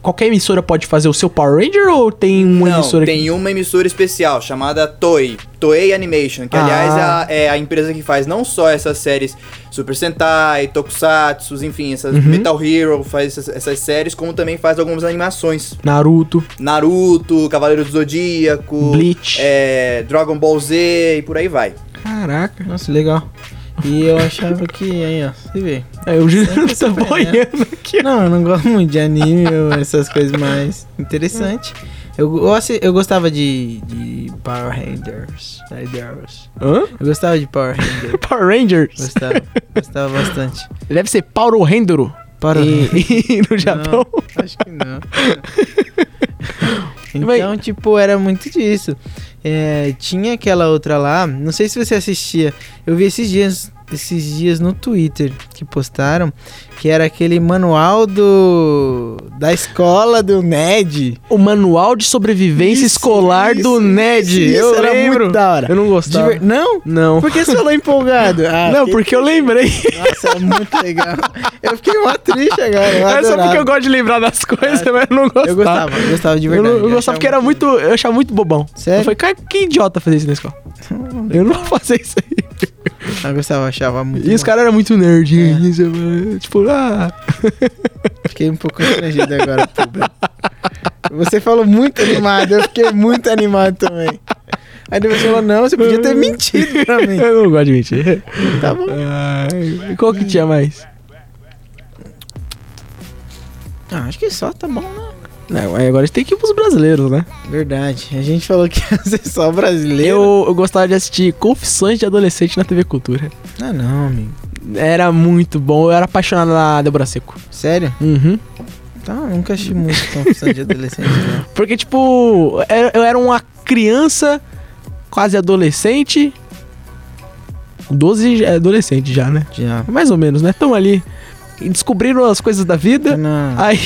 Speaker 1: qualquer emissora pode fazer o seu Power Ranger ou tem uma
Speaker 4: Não,
Speaker 1: emissora
Speaker 4: tem uma emissora especial chamada Toei, Toei Animation, que
Speaker 1: Ah.
Speaker 4: aliás é a- é a, empresa que faz não só essas séries Super Sentai, Tokusatsu, enfim, essas
Speaker 1: Uhum.
Speaker 4: Metal Hero, faz essas, essas séries, como também faz algumas animações.
Speaker 1: que... Naruto.
Speaker 4: Naruto, Cavaleiro do Zodíaco,
Speaker 1: Bleach.
Speaker 4: é, Dragon Ball Z e por aí vai.
Speaker 1: Caraca.
Speaker 2: Nossa, legal. E eu achava que, aí, ó, você vê.
Speaker 1: Aí o Júlio tá
Speaker 2: super, né?
Speaker 1: boiando aqui.
Speaker 2: Não, eu não gosto muito de anime, eu- essas coisas mais interessantes. Eu, go- eu, assi- eu gostava de, de Power Rangers. Rangers.
Speaker 1: Hã?
Speaker 2: Eu gostava de Power Rangers.
Speaker 1: Power Rangers.
Speaker 2: Gostava, gostava bastante.
Speaker 1: Deve ser Paulo Rendoro.
Speaker 2: Para [laughs]
Speaker 1: E, e [laughs] no Japão.
Speaker 2: Não, acho que
Speaker 1: [laughs]
Speaker 2: não. então, tipo, era muito disso. É, tinha aquela outra lá, não sei se você assistia. Eu vi esses dias, esses dias no Twitter que postaram, que era aquele manual do da escola do Ned.
Speaker 1: O Manual de Sobrevivência
Speaker 2: Isso,
Speaker 1: Escolar do
Speaker 2: isso,
Speaker 1: Ned.
Speaker 2: isso,
Speaker 1: eu
Speaker 2: era
Speaker 1: lembro.
Speaker 2: muito da hora.
Speaker 1: Eu não gostava.
Speaker 2: Diver- Não?
Speaker 1: Não.
Speaker 2: Por que você [laughs]
Speaker 1: [laughs]
Speaker 2: falou empolgado? Ah,
Speaker 1: não,
Speaker 2: fiquei-
Speaker 1: porque eu lembrei.
Speaker 2: Nossa, é muito legal. Eu fiquei mó triste agora.
Speaker 1: [laughs]
Speaker 2: Eu
Speaker 1: É só
Speaker 2: adorava.
Speaker 1: porque eu gosto de lembrar das coisas,
Speaker 2: Ah,
Speaker 1: mas eu não gostava.
Speaker 2: Eu gostava, eu gostava de
Speaker 1: Eu, não-
Speaker 2: verdade.
Speaker 1: eu gostava
Speaker 2: achava
Speaker 1: porque era muito. Eu achava muito bobão.
Speaker 2: Sério?
Speaker 1: Eu falei, cara, que idiota fazer isso na escola. Eu não vou fazer isso aí.
Speaker 2: [laughs] Eu gostava, achava muito.
Speaker 1: E os
Speaker 2: bom.
Speaker 1: caras eram muito nerd.
Speaker 2: É.
Speaker 1: e isso, mano, Tipo, ah.
Speaker 2: Fiquei um pouco constrangido agora, Tuba. Você falou muito animado, eu fiquei muito animado também. Aí depois você falou, não, você podia ter mentido pra mim.
Speaker 1: Eu não gosto de mentir.
Speaker 2: Tá bom.
Speaker 1: Ai, qual que tinha mais?
Speaker 2: Ah, acho que só tá bom, né?
Speaker 1: Não, aí agora a gente tem que ir pros brasileiros, né?
Speaker 2: Verdade. A gente falou que [laughs] ia ser só brasileiro.
Speaker 1: Eu, eu gostava de assistir Confissões de Adolescente na TV Cultura.
Speaker 2: Ah, não, amigo.
Speaker 1: Era muito bom. Eu era apaixonado na Débora Seco.
Speaker 2: Sério?
Speaker 1: Uhum.
Speaker 2: Tá, eu nunca achei muito confusão de adolescente, né?
Speaker 1: Porque, tipo, eu- eu era uma criança, quase adolescente. 12 já é adolescente já, né?
Speaker 2: Já.
Speaker 1: Mais ou menos, né? Tão ali. E descobriram as coisas da vida.
Speaker 2: Não.
Speaker 1: [laughs] Aí,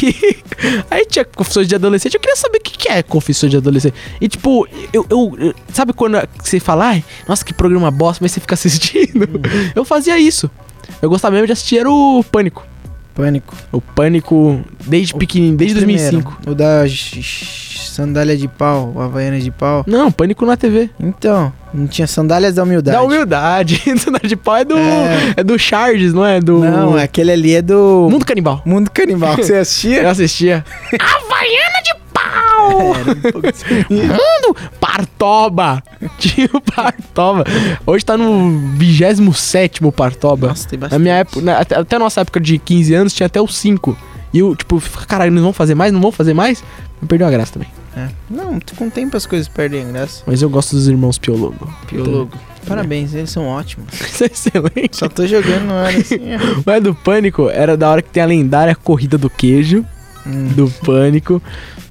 Speaker 1: aí tinha confissões de adolescente. Eu queria saber o que que é confissões de adolescente. E tipo, eu, eu- eu- sabe quando você fala, ai, nossa, que programa bosta, mas você fica [laughs] assistindo? Eu fazia isso. Eu gostava mesmo de assistir era o Pânico.
Speaker 2: Pânico.
Speaker 1: O Pânico desde pequenininho, desde 2005.
Speaker 2: Primeiro, o da sh- sh- sandália de pau, havaiana de pau.
Speaker 1: Não, Pânico na TV.
Speaker 2: Então, não tinha sandálias da humildade.
Speaker 1: Da humildade. [laughs] Nada de pau é do,
Speaker 2: É.
Speaker 1: é. do Charges, não é? Do
Speaker 2: Não, aquele ali é do
Speaker 1: Mundo Canibal.
Speaker 2: [laughs] Mundo Canibal. Você assistia?
Speaker 1: Eu assistia. Havaiana de
Speaker 2: É,
Speaker 1: pau! Mundo! Partoba! [laughs] Tinha o Partoba. Hoje tá no 27 Partoba.
Speaker 2: [laughs] Nossa, tem
Speaker 1: na
Speaker 2: bastante.
Speaker 1: minha época, na- até, até nossa época de 15 anos tinha até o 5. E eu, tipo, fica, caralho, não vão fazer mais? Não vão fazer mais? Eu perdi a graça também.
Speaker 2: É. Não, com o tempo as coisas perdem a graça.
Speaker 1: Mas eu gosto dos irmãos Piologo.
Speaker 2: Piologo. Parabéns, eles são ótimos.
Speaker 1: [laughs] Isso é excelente.
Speaker 2: Só tô jogando na hora assim.
Speaker 1: [laughs]
Speaker 2: ó.
Speaker 1: Mas do Pânico era da hora que tem a lendária corrida do queijo.
Speaker 2: Hum.
Speaker 1: Do Pânico.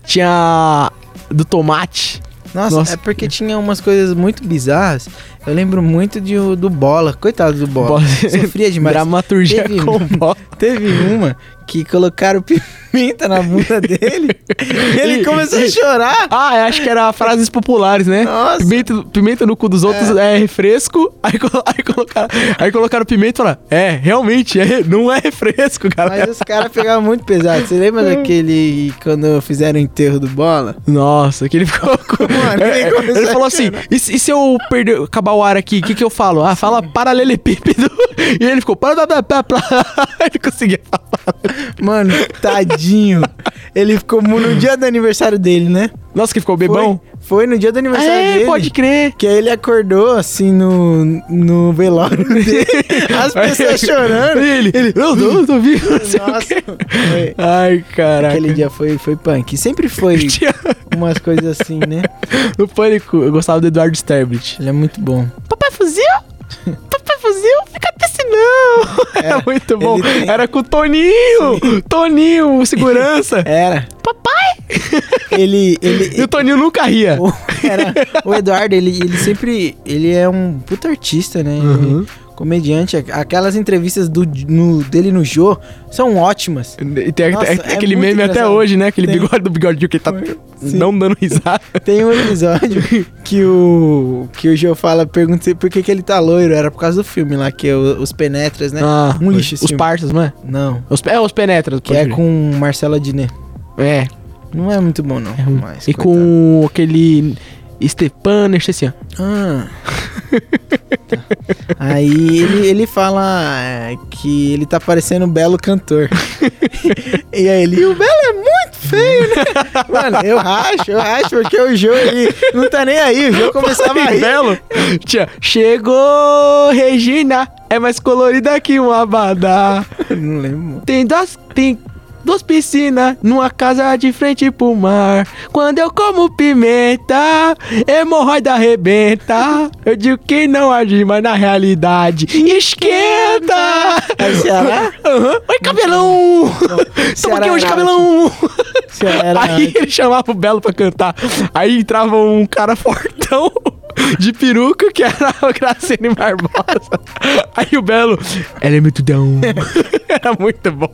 Speaker 1: Tinha. a Do tomate.
Speaker 2: Nossa,
Speaker 1: Nossa.
Speaker 2: é porque tinha umas coisas muito bizarras. Eu lembro muito de, o- do Bola. Coitado do Bola.
Speaker 1: Bola.
Speaker 2: Sofria demais.
Speaker 1: Dramaturgia
Speaker 2: Teve- um-
Speaker 1: com bola.
Speaker 2: Teve uma que colocaram [laughs] pimenta na bunda dele. e [laughs] ele começou a chorar.
Speaker 1: Ah, eu acho que era frases populares, né?
Speaker 2: Nossa.
Speaker 1: Pimenta, pimenta no cu dos outros é, refresco. Aí, colo- aí colocaram, aí colocaram pimenta e falaram: É, realmente, é- não é refresco,
Speaker 2: Mas
Speaker 1: galera.
Speaker 2: os caras pegavam muito pesado. Você lembra daquele quando fizeram o enterro do bola?
Speaker 1: Nossa, que ele ficou com.
Speaker 2: [laughs] Mano, ele
Speaker 1: É, é,
Speaker 2: começou
Speaker 1: ele
Speaker 2: a
Speaker 1: falou assim: e, se e se eu perder, acabar o ar aqui, o que, que eu falo? Ah, fala paralelepípedo. [laughs] E ele ficou. Para, para, para, para. [laughs] Ele conseguia falar.
Speaker 2: Mano, tadinho. Ele ficou mu- no dia do aniversário dele, né?
Speaker 1: Nossa, que ficou
Speaker 2: Foi,
Speaker 1: bebão.
Speaker 2: foi no dia do aniversário
Speaker 1: É,
Speaker 2: dele.
Speaker 1: pode crer.
Speaker 2: Que aí ele acordou assim no, no velório [laughs] dele. [laughs] As pessoas chorando.
Speaker 1: E ele, ele, não, não, eu tô vivo. não sei o
Speaker 2: Nossa,
Speaker 1: quê.
Speaker 2: foi-
Speaker 1: Ai, caraca.
Speaker 2: aquele dia foi, foi punk. Sempre foi
Speaker 1: [laughs] Tinha-
Speaker 2: umas coisas assim, né?
Speaker 1: No Pânico, eu gostava do Eduardo Sterblit.
Speaker 2: Ele é muito bom.
Speaker 1: Papai
Speaker 2: [laughs]
Speaker 1: fuzil? Papai fuzil? Fica desse não! [laughs] Era muito bom.
Speaker 2: É, ele tem-
Speaker 1: Era com o Toninho! Toninho, o
Speaker 2: [laughs]
Speaker 1: segurança!
Speaker 2: Era.
Speaker 1: Papai!
Speaker 2: Ele.
Speaker 1: E
Speaker 2: ele
Speaker 1: o Toninho nunca ria.
Speaker 2: [laughs]
Speaker 1: Uhum.
Speaker 2: o, era, o Eduardo, ele, ele sempre. Ele é um puta artista, né? Ele comediante. Aquelas entrevistas do, no- dele no Jô são ótimas.
Speaker 1: E tem
Speaker 2: Nossa,
Speaker 1: é-
Speaker 2: é
Speaker 1: aquele
Speaker 2: muito
Speaker 1: meme até
Speaker 2: engraçado.
Speaker 1: hoje, né? Aquele
Speaker 2: Tem.
Speaker 1: bigode do bigodinho que ele tá
Speaker 2: Sim.
Speaker 1: não dando risada.
Speaker 2: Tem
Speaker 1: [laughs]
Speaker 2: um episódio que o que o Jô fala, pergunta se por que, que ele tá loiro. Era por causa do filme lá, que é o- os penetras, né?
Speaker 1: Ah,
Speaker 2: um lixo esse
Speaker 1: Os
Speaker 2: filme.
Speaker 1: parças, não é?
Speaker 2: Não.
Speaker 1: Os, é, os penetras.
Speaker 2: Que
Speaker 1: pode
Speaker 2: é
Speaker 1: crer.
Speaker 2: com Marcelo Adnet.
Speaker 1: É.
Speaker 2: Não é muito bom, não. mas,
Speaker 1: e
Speaker 2: coitado.
Speaker 1: com aquele Stepan, assim, ó.
Speaker 2: Ah. [laughs] Tá. Aí ele, ele fala é, que ele tá parecendo um belo cantor. [laughs] e aí ele. E o belo é muito feio, né? [laughs] Mano, eu racho, eu racho, porque o Jô ele não tá nem aí. O Jô começava a
Speaker 1: Aí,
Speaker 2: rir.
Speaker 1: belo. Tia, chegou Regina, é mais colorida que um abadá.
Speaker 2: Não lembro.
Speaker 1: Tem duas, tem duas piscinas numa casa de frente pro mar. Quando eu como pimenta, hemorroida arrebenta. Eu digo que não age, mas na realidade esquenta.
Speaker 2: É Ceará?
Speaker 1: Aham. Oi, cabelão! Tamo
Speaker 2: Ceará é
Speaker 1: aqui hoje,
Speaker 2: era
Speaker 1: cabelão!
Speaker 2: Ceará.
Speaker 1: Um. Aí ele chamava o Belo pra cantar. Aí entrava um cara [laughs] fortão de peruca que era o Graciane Barbosa. Aí o Belo, ela é muito dão.
Speaker 2: [laughs]
Speaker 1: Era muito bom.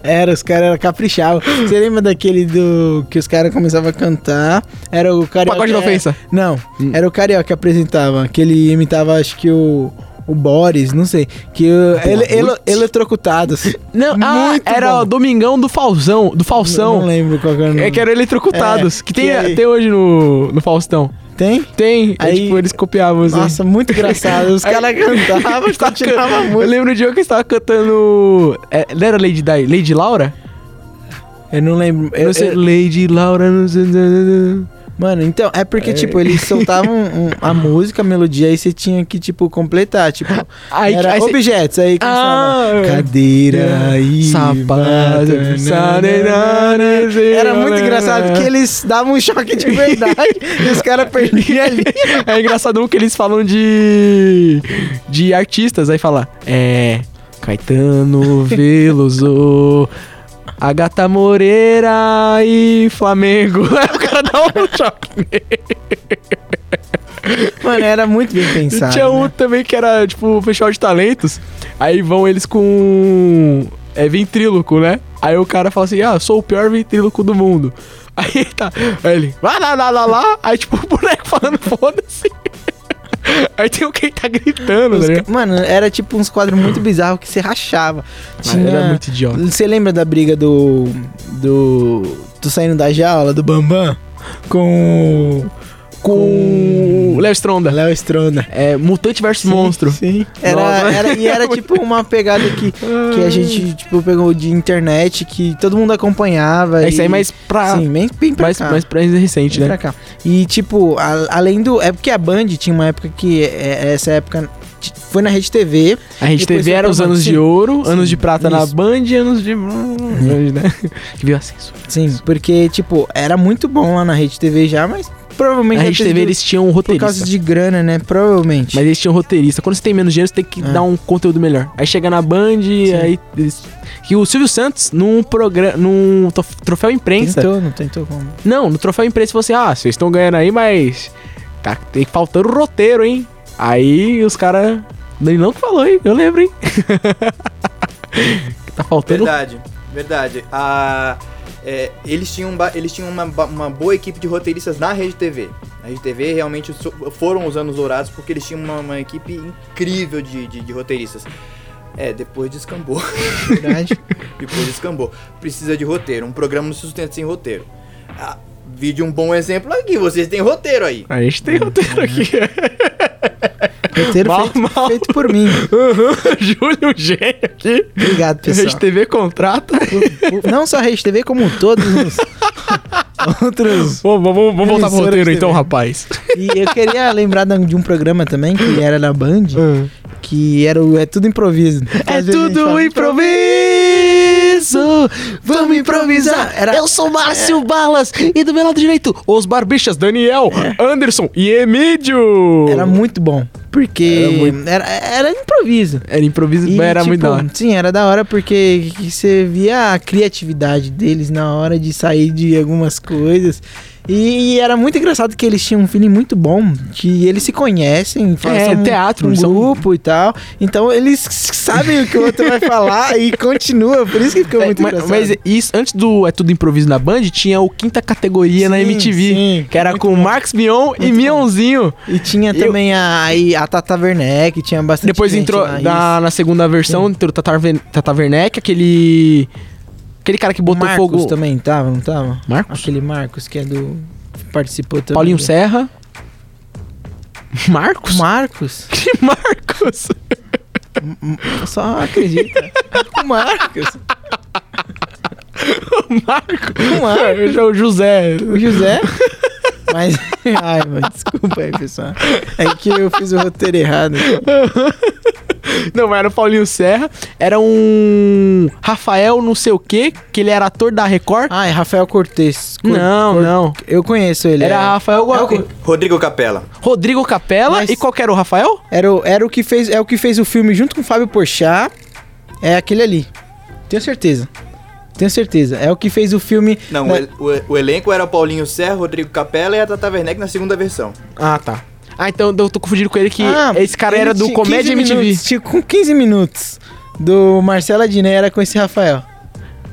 Speaker 2: Era, os caras eram caprichavam. Você lembra daquele do. que os caras começavam a cantar? Era o Carioca.
Speaker 1: Pagode da ofensa.
Speaker 2: Não,
Speaker 1: Hum.
Speaker 2: era o Carioca que apresentava, que ele imitava, acho que o. O Boris, não sei. Que o- ele, ele, eletrocutados.
Speaker 1: Não, ah,
Speaker 2: Muito
Speaker 1: era
Speaker 2: bom.
Speaker 1: o Domingão do Falsão, do Falsão.
Speaker 2: Não lembro qual que era o nome.
Speaker 1: É que era eletrocutados,
Speaker 2: É,
Speaker 1: que tem
Speaker 2: que aí-
Speaker 1: até hoje no, no Faustão.
Speaker 2: Tem?
Speaker 1: Tem, aí,
Speaker 2: Aí-
Speaker 1: tipo, eles copiavam. assim.
Speaker 2: Nossa, muito engraçado.
Speaker 1: [laughs]
Speaker 2: Os
Speaker 1: Aí- tá
Speaker 2: caras
Speaker 1: [laughs]
Speaker 2: cantavam,
Speaker 1: Tava
Speaker 2: continuavam a
Speaker 1: can- Eu
Speaker 2: música.
Speaker 1: lembro de um que estava cantando. é, não era Lady Di, Lady Laura?
Speaker 2: Eu não lembro.
Speaker 1: Eu,
Speaker 2: Eu,
Speaker 1: sei,
Speaker 2: eu-
Speaker 1: Lady Laura. não sei-
Speaker 2: Mano, então, é porque, tipo, eles soltavam um- a música, a melodia, aí você tinha que, tipo, completar. Tipo,
Speaker 1: Aí-
Speaker 2: era
Speaker 1: aí cê-
Speaker 2: objetos, aí começava.
Speaker 1: Ah,
Speaker 2: cadeira e.
Speaker 1: Sapato.
Speaker 2: Era muito engraçado que eles davam um choque de
Speaker 1: [laughs]
Speaker 2: verdade e os caras perdiam ali.
Speaker 1: É engraçado que eles falam de. de artistas. Aí fala. É. Caetano Veloso. Agatha Moreira e Flamengo. [laughs] Aí o cara dá um [laughs] choque.
Speaker 2: Mano, era muito bem pensado.
Speaker 1: Tinha um
Speaker 2: né?
Speaker 1: também que era, tipo, o festival de talentos. Aí vão eles com. É ventríloco, né? Aí o cara fala assim: Ah, eu sou o pior ventríloco do mundo. [laughs] Aí tá. Aí ele. Lá, lá, lá, lá, lá. Aí, tipo, o boneco falando, foda-se. [laughs] Aí tem o quem tá gritando,
Speaker 2: Os
Speaker 1: né?
Speaker 2: ca- Mano, era tipo uns quadros muito bizarros que você rachava. Tinha...
Speaker 1: era muito idiota.
Speaker 2: Você lembra da briga do. do. do saindo da jaula, do Bambam? Com.
Speaker 1: Com. Léo Stronda.
Speaker 2: Léo Stronda.
Speaker 1: É, mutante versus monstro.
Speaker 2: Sim. Era,
Speaker 1: Nossa.
Speaker 2: era, e era tipo uma pegada que, que a gente tipo, pegou de internet, que todo mundo acompanhava.
Speaker 1: É isso aí,
Speaker 2: e-
Speaker 1: mas pra.
Speaker 2: Sim, bem, bem pra
Speaker 1: mais,
Speaker 2: cá.
Speaker 1: mais pra recente,
Speaker 2: Bem pra
Speaker 1: né?
Speaker 2: cá. E tipo, a- além do. É porque a Band tinha uma época que. é- essa época t- foi na Rede TV.
Speaker 1: A gente
Speaker 2: Depois
Speaker 1: teve
Speaker 2: foi
Speaker 1: era
Speaker 2: pra
Speaker 1: os
Speaker 2: Band.
Speaker 1: anos
Speaker 2: Sim.
Speaker 1: de ouro, anos de prata na
Speaker 2: isso. Hum. assim,
Speaker 1: Band e anos de.
Speaker 2: [laughs]
Speaker 1: né? Que veio a censura.
Speaker 2: Sim, porque, tipo, era muito bom lá na Rede TV já, mas provavelmente.
Speaker 1: Na
Speaker 2: deve
Speaker 1: Rede
Speaker 2: ter
Speaker 1: TV
Speaker 2: sido
Speaker 1: eles tinham um
Speaker 2: Por
Speaker 1: roteirista.
Speaker 2: causa de grana, né? Provavelmente.
Speaker 1: Mas eles tinham um roteirista. Quando você tem menos dinheiro, você tem que
Speaker 2: É.
Speaker 1: dar um conteúdo melhor. Aí chega na Band, aí. eles- Que o Silvio Santos, num programa. num tof- troféu imprensa.
Speaker 2: tentou, não tentou como.
Speaker 1: Não, no troféu imprensa você assim: ah, vocês estão ganhando aí, mas. Tá tem faltando roteiro, hein? Aí os caras. Ele não que falou, hein? Eu lembro, hein? [laughs] tá faltando.
Speaker 4: Verdade, verdade. A- é, eles tinham, ba- eles tinham uma, ba- uma boa equipe de roteiristas na Rede TV. Na Rede TV realmente so- foram os anos dourados porque eles tinham uma, uma equipe incrível de, de- de roteiristas. É, depois descambou. [laughs]
Speaker 2: Verdade.
Speaker 4: depois descambou. Precisa de roteiro. Um programa não se sustenta sem roteiro. Ah, vídeo um bom exemplo aqui. Vocês têm roteiro aí.
Speaker 1: A gente
Speaker 2: É.
Speaker 1: tem roteiro aqui.
Speaker 2: Roteiro
Speaker 1: [laughs] Mal,
Speaker 2: feito,
Speaker 1: mal.
Speaker 2: feito por mim.
Speaker 1: [laughs] Júlio Gênio aqui. [laughs]
Speaker 2: Obrigado, pessoal.
Speaker 1: Rede TV contrata.
Speaker 2: O- o- Não só a Rede TV, como um
Speaker 1: [laughs]
Speaker 2: todos os outros.
Speaker 1: Bom, vamos, vamos voltar pro
Speaker 2: Emissora
Speaker 1: roteiro
Speaker 2: de
Speaker 1: então,
Speaker 2: TV.
Speaker 1: rapaz.
Speaker 2: E eu queria lembrar da- de um programa também, que era na Band, que era o É Tudo Improviso.
Speaker 1: Ah. É
Speaker 2: Às vezes a gente
Speaker 1: tudo
Speaker 2: fala,
Speaker 1: improviso! Vamos improvisar!
Speaker 2: Era-
Speaker 1: Eu sou Márcio Balas e do meu lado direito, os barbichas Daniel, Anderson e Emílio!
Speaker 2: Era muito bom, porque
Speaker 1: Era
Speaker 2: era,
Speaker 1: muito-
Speaker 2: era, improviso.
Speaker 1: Era improviso,
Speaker 2: E,
Speaker 1: mas era
Speaker 2: tipo,
Speaker 1: muito da hora.
Speaker 2: Sim, era da hora porque que você via a criatividade deles na hora de sair de algumas coisas. E, e era muito engraçado que eles tinham um feeling muito bom, que eles se conhecem,
Speaker 1: É,
Speaker 2: um-
Speaker 1: teatro,
Speaker 2: um
Speaker 1: eles são-
Speaker 2: grupo e tal. Então eles s- sabem o que o outro vai falar e continua, por isso que ficou
Speaker 1: É,
Speaker 2: muito
Speaker 1: mas,
Speaker 2: engraçado.
Speaker 1: mas isso, antes do É Tudo Improviso na Band, tinha o quinta categoria na
Speaker 2: Sim,
Speaker 1: MTV.
Speaker 2: sim.
Speaker 1: que era com o Marcos Mion e Mionzinho.
Speaker 2: E tinha
Speaker 1: Eu-
Speaker 2: também a, aí a Tata Werneck, tinha bastante
Speaker 1: Depois
Speaker 2: gente
Speaker 1: entrou
Speaker 2: lá, isso.
Speaker 1: na, na segunda versão, entrou o Tata Ven- Tata Werneck, aquele. Aquele cara que botou
Speaker 2: Marcos
Speaker 1: fogo.
Speaker 2: também tava, não tava?
Speaker 1: Marcos?
Speaker 2: Aquele Marcos que é do. Participou também. né?
Speaker 1: Paulinho
Speaker 2: do-
Speaker 1: Serra. Marcos?
Speaker 2: Marcos?
Speaker 1: [laughs] Que Marcos?
Speaker 2: Só acredita. o Marcos.
Speaker 1: Marcos? [laughs]
Speaker 2: O Marcos.
Speaker 1: É [laughs] o José.
Speaker 2: O José. Mas. [laughs] Ai, mas desculpa aí, pessoal. É que eu fiz o roteiro errado.
Speaker 1: Não, mas era o Paulinho Serra. Era um. Rafael não sei o quê, que ele era ator da Record.
Speaker 2: Ah, é Rafael Cortez. Cor-
Speaker 1: não,
Speaker 2: Cor-
Speaker 1: não.
Speaker 2: Eu conheço ele.
Speaker 1: Era Rafael Gua-
Speaker 2: É o-
Speaker 4: Rodrigo Capela.
Speaker 1: Rodrigo Capela.
Speaker 2: Mas-
Speaker 1: E qual que era o Rafael?
Speaker 2: Era o, era o que fez, é o que fez o filme junto com o Fábio Porchat. É aquele ali. Tenho certeza. Tenho certeza. É o que fez o filme.
Speaker 4: Não,
Speaker 2: na-
Speaker 4: o, el- o- o elenco era Paulinho Serra, Rodrigo Capela e a Tata Werneck na segunda versão.
Speaker 1: Ah, tá. Ah, então eu tô confundindo com ele que
Speaker 2: Ah,
Speaker 1: esse cara
Speaker 2: ele
Speaker 1: era do
Speaker 2: tinha
Speaker 1: Comédia
Speaker 2: 15
Speaker 1: MTV.
Speaker 2: minutos, tinha com 15 minutos do Marcelo Adnet era com esse Rafael.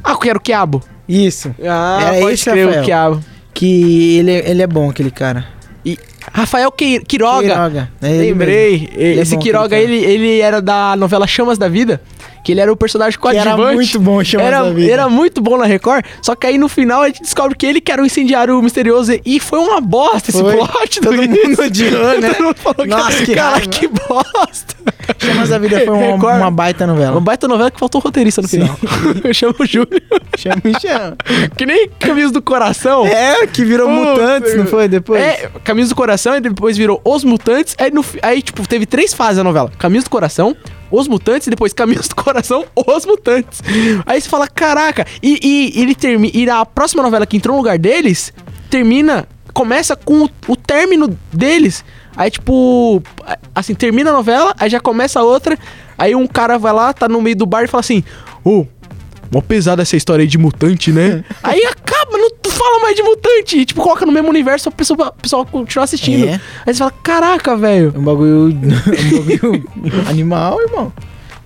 Speaker 1: Ah, que era o Quiabo.
Speaker 2: Isso.
Speaker 1: Ah,
Speaker 2: Era
Speaker 1: pode
Speaker 2: esse
Speaker 1: crer,
Speaker 2: Rafael.
Speaker 1: o Quiabo.
Speaker 2: Que ele, é- ele é bom, aquele cara.
Speaker 1: E Rafael Quei- Quiroga.
Speaker 2: É ele mesmo.
Speaker 1: Lembrei. E-
Speaker 2: é
Speaker 1: Esse
Speaker 2: bom,
Speaker 1: Quiroga,
Speaker 2: aquele
Speaker 1: ele, ele era da novela Chamas da Vida, que ele era o personagem
Speaker 2: Que
Speaker 1: coadjuvante.
Speaker 2: era muito bom, chama
Speaker 1: era, um-
Speaker 2: da vida.
Speaker 1: era muito bom na Record, só que aí no final a gente descobre que ele que era o incendiário misterioso e foi uma bosta
Speaker 2: Foi.
Speaker 1: esse plot.
Speaker 2: Todo
Speaker 1: do-
Speaker 2: mundo odiou, né?
Speaker 1: [laughs] Todo mundo falou
Speaker 2: Nossa,
Speaker 1: que, um
Speaker 2: que
Speaker 1: cara,
Speaker 2: raiva.
Speaker 1: que bosta.
Speaker 2: Chamas da
Speaker 1: [laughs]
Speaker 2: Vida foi uma,
Speaker 1: um- Record. Um
Speaker 2: uma baita novela.
Speaker 1: Uma baita novela que faltou roteirista no
Speaker 2: Sim.
Speaker 1: final. [laughs] Eu chamo o Júlio. [laughs]
Speaker 2: Chama e chama.
Speaker 1: Que nem Camisa do Coração.
Speaker 2: É, que virou
Speaker 1: Puta,
Speaker 2: Mutantes, não foi? Depois?
Speaker 1: É, Caminhos do Coração, e depois virou Os Mutantes. Aí, no fi- aí, tipo, teve três fases a novela: Caminhos do Coração, Os Mutantes, e depois Caminhos do Coração, [laughs] Os Mutantes. Aí você fala: caraca, e, e- e ele termina. E a próxima novela que entrou no lugar deles termina. Começa com o, o término deles. Aí, tipo, a- assim, termina a novela, aí já começa a outra. Aí um cara vai lá, tá no meio do bar e fala assim: Ô, Mó pesada essa história aí de mutante,
Speaker 2: [laughs]
Speaker 1: né? aí acaba, não tu fala mais de mutante. E, tipo, coloca no mesmo universo pra pessoa, pra pessoa continuar assistindo.
Speaker 2: É.
Speaker 1: Aí você fala, caraca, velho.
Speaker 2: Um bagulho. [laughs] Um bagulho animal, irmão.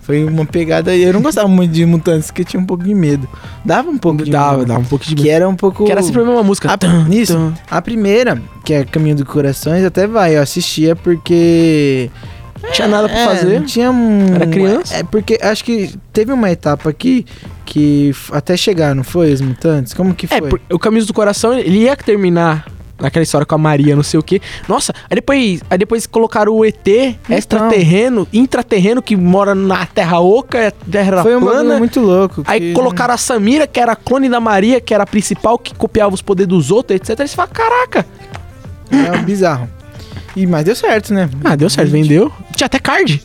Speaker 2: Foi uma pegada. Eu não gostava muito de mutantes, porque eu tinha um pouco de medo. Dava um pouco de medo.
Speaker 1: um pouco
Speaker 2: Que era um pouco.
Speaker 1: Que era sempre a mesma música.
Speaker 2: a, nisso, a primeira, que é Caminho do Corações, até vai, eu assistia porque.
Speaker 1: Não tinha nada pra
Speaker 2: É,
Speaker 1: fazer.
Speaker 2: Não tinha um.
Speaker 1: Era criança?
Speaker 2: É porque acho que teve uma etapa aqui que f- até chegar, não foi? Os mutantes? Como que foi?
Speaker 1: É, por- o Caminho do Coração, ele ia terminar naquela história com a Maria, não sei o quê. Nossa, aí depois, aí depois colocaram o ET,
Speaker 2: Então.
Speaker 1: extraterreno, intraterreno, que mora na Terra Oca, é Terra
Speaker 2: foi um
Speaker 1: Plana.
Speaker 2: bagulho muito né? louco.
Speaker 1: Aí
Speaker 2: que-
Speaker 1: colocaram a Samira, que era a clone da Maria, que era a principal, que copiava os poderes dos outros, etc. Aí você fala, caraca.
Speaker 2: É um bizarro. E, mas deu certo, né?
Speaker 1: Ah, deu certo, vendeu. Tinha até card.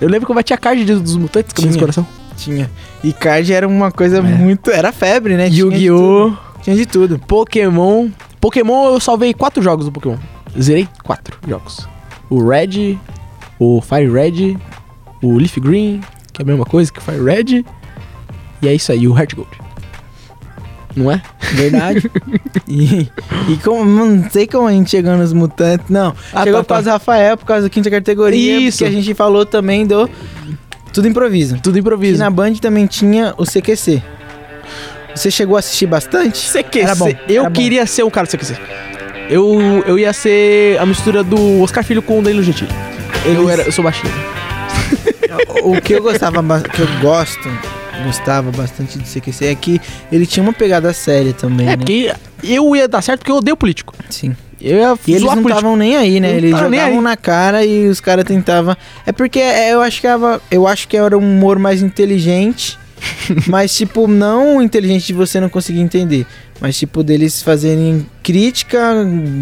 Speaker 1: Eu lembro que eu bati a card de- dos mutantes, caminho do
Speaker 2: Tinha.
Speaker 1: coração.
Speaker 2: Tinha. E card era uma coisa muito. Era febre, né? Tinha de
Speaker 1: É. Yu-Gi-Oh!
Speaker 2: tudo. Tinha de tudo.
Speaker 1: Pokémon. Pokémon, eu salvei quatro jogos do Pokémon. Zerei quatro jogos. O Red, o Fire Red, o Leaf Green, que é a mesma coisa que o Fire Red. E é isso aí, o Heart Gold. Não é? [laughs]
Speaker 2: Verdade. e, e como, não sei como a gente chegou nos mutantes. Não.
Speaker 1: Ah,
Speaker 2: chegou
Speaker 1: tá,
Speaker 2: por causa
Speaker 1: tá.
Speaker 2: do Rafael, por causa da quinta categoria.
Speaker 1: Isso.
Speaker 2: Porque a gente falou também do. Tudo improviso.
Speaker 1: Tudo
Speaker 2: E
Speaker 1: improviso.
Speaker 2: na Band também tinha o CQC. Você chegou a assistir bastante?
Speaker 1: CQC.
Speaker 2: Era bom,
Speaker 1: eu
Speaker 2: era bom.
Speaker 1: queria ser um cara do CQC. Eu, eu ia ser a mistura do Oscar Filho com o Danilo Gentili. Eu,
Speaker 2: Eles-
Speaker 1: era, eu sou baixinho.
Speaker 2: o que eu gostava, ba- que eu gosto, gostava bastante do CQC é que ele tinha uma pegada séria também,
Speaker 1: É,
Speaker 2: né?
Speaker 1: porque eu ia dar certo porque eu odeio político.
Speaker 2: Sim.
Speaker 1: Eu ia
Speaker 2: E eles não estavam nem aí, né?
Speaker 1: Não
Speaker 2: Eles
Speaker 1: tava nem
Speaker 2: jogavam
Speaker 1: aí.
Speaker 2: na cara e os caras tentavam. É porque é, eu acho que era, eu acho que era um humor mais
Speaker 1: [laughs]
Speaker 2: inteligente, mas tipo não inteligente de você não conseguir entender, mas tipo deles fazerem crítica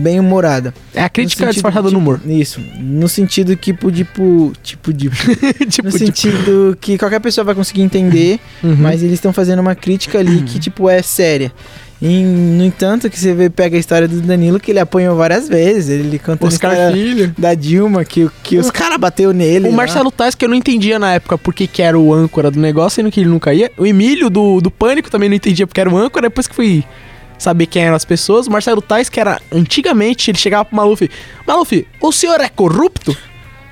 Speaker 2: bem humorada.
Speaker 1: É a crítica
Speaker 2: No sentido
Speaker 1: disfarçada
Speaker 2: de-
Speaker 1: no humor.
Speaker 2: Isso, no sentido que tipo tipo [laughs] tipo de
Speaker 1: tipo,
Speaker 2: no
Speaker 1: tipo,
Speaker 2: sentido que qualquer pessoa vai conseguir entender,
Speaker 1: Uhum.
Speaker 2: mas eles estão fazendo uma crítica ali que, tipo, é séria. E, no entanto, que você vê, pega a história do Danilo, que ele apanhou várias vezes, ele conta a
Speaker 1: Oscar
Speaker 2: história
Speaker 1: Filho.
Speaker 2: da Dilma, que, que os caras bateu nele.
Speaker 1: O
Speaker 2: lá.
Speaker 1: Marcelo Tais, que eu não entendia na época porque que era o âncora do negócio, sendo que ele nunca ia. O Emílio do, do Pânico também não entendia porque era o âncora, depois que fui saber quem eram as pessoas. Marcelo Tais, que era antigamente, ele chegava pro Maluf: Maluf, o senhor é corrupto?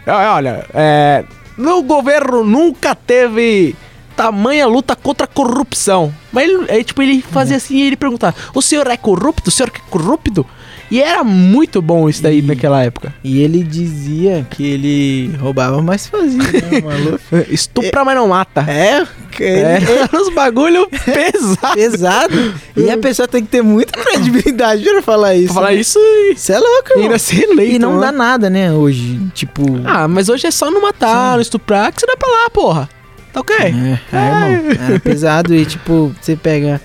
Speaker 1: Ah, Olha, é, no governo nunca teve tamanha luta contra a corrupção. Mas ele, é, tipo, ele fazia assim e ele perguntava: O senhor é corrupto? O senhor que é corrupto? E era muito bom isso daí
Speaker 2: E-
Speaker 1: naquela época.
Speaker 2: E ele dizia que ele roubava, mas
Speaker 1: [laughs]
Speaker 2: fazia, né, o Maluf?
Speaker 1: Estupra, mas não mata.
Speaker 2: É, que [laughs]
Speaker 1: É,
Speaker 2: ele-
Speaker 1: era uns [laughs] bagulho pesado.
Speaker 2: pesado. E a pessoa tem que ter muita credibilidade pra falar isso.
Speaker 1: Pra falar
Speaker 2: né?
Speaker 1: isso e
Speaker 2: Você é louco,
Speaker 1: e ainda
Speaker 2: irmão.
Speaker 1: ser eleito.
Speaker 2: E não
Speaker 1: né?
Speaker 2: dá nada, né, hoje. Tipo.
Speaker 1: Ah, mas hoje é só não matar, não estuprar, que você vai pra lá, porra. Tá ok.
Speaker 2: é, é, irmão. Era pesado e, tipo, você pega.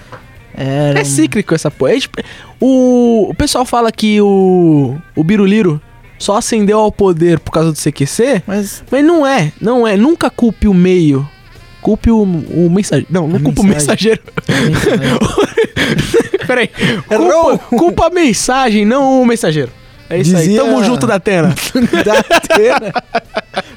Speaker 2: Era um
Speaker 1: É cíclico essa porra. É, tipo, o, o pessoal fala que o, o Biruliro só ascendeu ao poder por causa do CQC,
Speaker 2: Mas
Speaker 1: mas não é, não é. Nunca culpe o meio. Culpe o, o mensageiro. Não, não
Speaker 2: A
Speaker 1: culpa o mensageiro. [laughs]
Speaker 2: mensagem. [laughs] é,
Speaker 1: Peraí.
Speaker 2: Errou.
Speaker 1: Culpa, culpa a mensagem, não o mensageiro. É isso aí.
Speaker 2: Dizia-
Speaker 1: Tamo junto da
Speaker 2: [laughs]
Speaker 1: Atena.
Speaker 2: da Atena.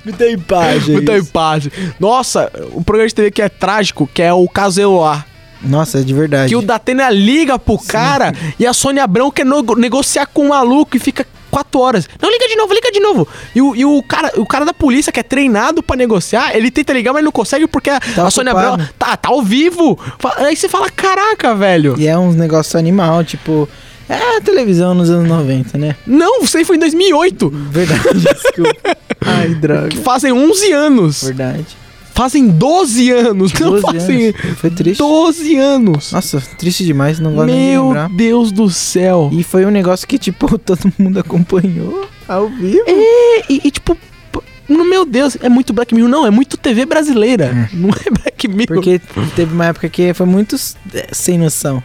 Speaker 2: Me dá em paz, gente.
Speaker 1: Muito em paz. Nossa, o programa de TV que é trágico, que é o caso Eloá.
Speaker 2: Nossa, é de verdade.
Speaker 1: Que o Datena liga pro cara e a Sônia Abrão quer nego- negociar com o maluco e fica quatro horas. Não, liga de novo, liga de novo. E o, e o cara, o cara da polícia que é treinado pra negociar, ele tenta ligar, mas não consegue porque a, a Sônia
Speaker 2: ocupado.
Speaker 1: Abrão tá, tá ao vivo. Fa- Aí você fala, caraca, velho.
Speaker 2: E é uns negócios animal, tipo. É a televisão nos anos 90, né?
Speaker 1: Não, isso aí foi em 2008.
Speaker 2: Verdade, [laughs] desculpa. Ai, droga.
Speaker 1: Fazem 11 anos.
Speaker 2: Verdade.
Speaker 1: Fazem 12 anos. Não
Speaker 2: 12
Speaker 1: fazem...
Speaker 2: anos. Foi triste.
Speaker 1: 12 anos.
Speaker 2: Nossa, triste demais, não gosto nem de
Speaker 1: Meu
Speaker 2: lembrar.
Speaker 1: Deus do céu.
Speaker 2: E foi um negócio que, tipo, [laughs] todo mundo acompanhou ao vivo.
Speaker 1: E, e, tipo, p- no meu Deus, é muito Black Mirror. Não, é muito TV brasileira. Não é Black Mirror.
Speaker 2: Porque teve uma época que foi muito s- é, sem noção.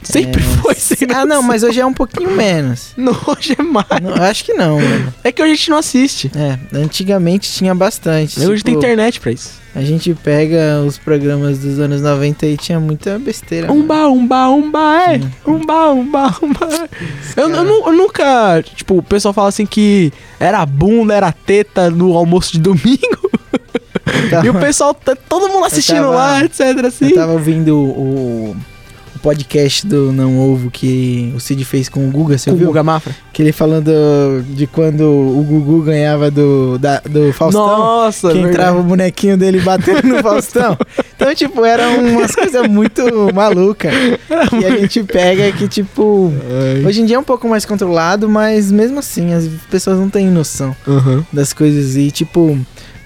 Speaker 1: Sempre
Speaker 2: é,
Speaker 1: foi sem
Speaker 2: Ah, não,
Speaker 1: noção. [laughs]
Speaker 2: mas hoje é um pouquinho menos.
Speaker 1: Não, hoje é mais.
Speaker 2: Não, eu acho que não, mano.
Speaker 1: É que hoje a gente não assiste.
Speaker 2: É, antigamente tinha bastante.
Speaker 1: hoje
Speaker 2: tipo,
Speaker 1: tem internet pra isso.
Speaker 2: A gente pega os programas dos anos 90 e tinha muita besteira. mano.
Speaker 1: Umba, umba, umba, é. Umba, umba, umba. é. Eu, eu nu- eu nunca. Tipo, o pessoal fala assim que era bunda, era teta no almoço de domingo.
Speaker 2: Tava-
Speaker 1: E o pessoal, tá- todo mundo assistindo
Speaker 2: tava-
Speaker 1: lá, etc. Assim.
Speaker 2: Eu tava ouvindo o, o podcast do Não Ovo que o Cid fez com o Guga, você
Speaker 1: Com o
Speaker 2: viu?
Speaker 1: Guga Mafra.
Speaker 2: Que ele falando de quando o Gugu ganhava do, da- do Faustão.
Speaker 1: Nossa,
Speaker 2: que
Speaker 1: verdade.
Speaker 2: entrava o bonequinho dele batendo no Faustão. Então, tipo, eram umas coisas muito malucas. E a gente pega que, tipo. Hoje em dia é um pouco mais controlado, mas mesmo assim, as pessoas não têm noção
Speaker 1: Aham.
Speaker 2: das coisas. E, tipo,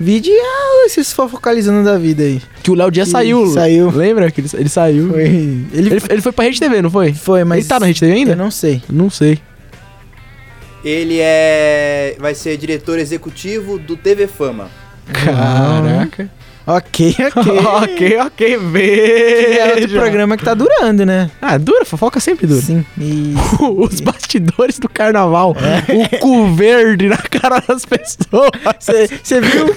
Speaker 2: vide ah, esses fofocalizando da vida aí.
Speaker 1: Que o Léo Dia
Speaker 2: Que
Speaker 1: saiu.
Speaker 2: saiu.
Speaker 1: Lembra que ele, ele saiu?
Speaker 2: Foi. Ele,
Speaker 1: Ele, ele foi pra Rede TV, não foi?
Speaker 2: foi, mas.
Speaker 1: Ele tá na Rede TV ainda?
Speaker 2: Eu não sei.
Speaker 1: Não sei.
Speaker 4: Ele é. Vai ser diretor executivo do TV Fama.
Speaker 1: Caraca.
Speaker 2: Ok, ok.
Speaker 1: [laughs] ok, ok,
Speaker 2: Que é
Speaker 1: veja.
Speaker 2: outro programa que tá durando, né?
Speaker 1: Ah, dura, fofoca sempre dura.
Speaker 2: Sim. E
Speaker 1: Os bastidores do carnaval. O cu verde na cara das pessoas.
Speaker 2: Você [laughs] viu?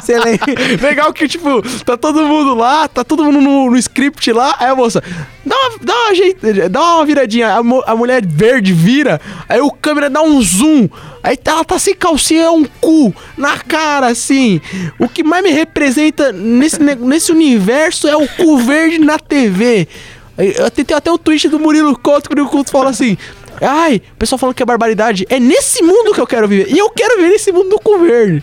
Speaker 2: Você lembra?
Speaker 1: [laughs] Legal que, tipo, tá todo mundo lá, tá todo mundo no, no script lá. Aí a moça, dá uma, dá uma, jeit- dá uma viradinha. A, mo- a mulher verde vira, aí o câmera dá um zoom. Aí tá- ela tá sem calcinha, é um cu na cara, assim. O que mais me representa nesse, ne- nesse universo é o cu verde na TV. Aí, eu- Tem tem até o tweet do Murilo Couto, que o Murilo Couto fala assim... Ai, o pessoal falando que é barbaridade. É nesse mundo que eu quero viver. E eu quero viver nesse mundo do cu verde.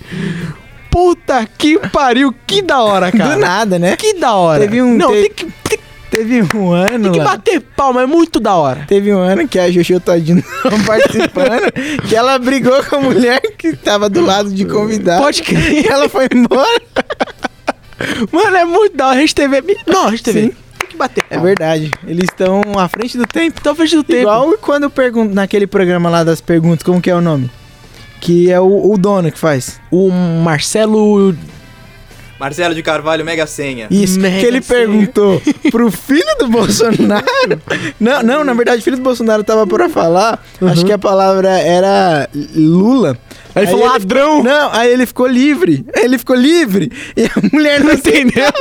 Speaker 1: Puta que pariu, que da hora, cara.
Speaker 2: Do nada, né?
Speaker 1: Que da hora.
Speaker 2: Teve um-
Speaker 1: Não,
Speaker 2: te-
Speaker 1: tem que, tem que
Speaker 2: Teve um ano. lá-
Speaker 1: bater palma, é muito da hora.
Speaker 2: Teve um ano que a Juju [laughs] Todinho não participando, que ela brigou com a mulher que tava do lado de convidado.
Speaker 1: Pode
Speaker 2: E
Speaker 1: crer.
Speaker 2: ela foi embora.
Speaker 1: Mano, é muito da hora. Rede TV. Não, Rede TV.
Speaker 2: Sim.
Speaker 1: Tem que bater.
Speaker 2: É
Speaker 1: palma.
Speaker 2: verdade. Eles estão à frente do tempo.
Speaker 1: Então fez do tempo.
Speaker 2: Igual quando eu pergunto naquele programa lá das perguntas, como que é o nome? Que é o, o dono que faz.
Speaker 1: O Marcelo.
Speaker 4: Marcelo de Carvalho, mega senha.
Speaker 2: Isso,
Speaker 1: Mega
Speaker 2: que ele
Speaker 1: sério. [laughs]
Speaker 2: perguntou pro filho do Bolsonaro. Não, não, na verdade, o filho do Bolsonaro tava pra falar. Acho que a palavra era Lula.
Speaker 1: Uhum. Aí, falou,
Speaker 2: ele-
Speaker 1: ladrão!
Speaker 2: Não, aí ele ficou livre. Aí ele ficou livre. E a mulher
Speaker 1: [laughs]
Speaker 2: não
Speaker 1: Entendeu?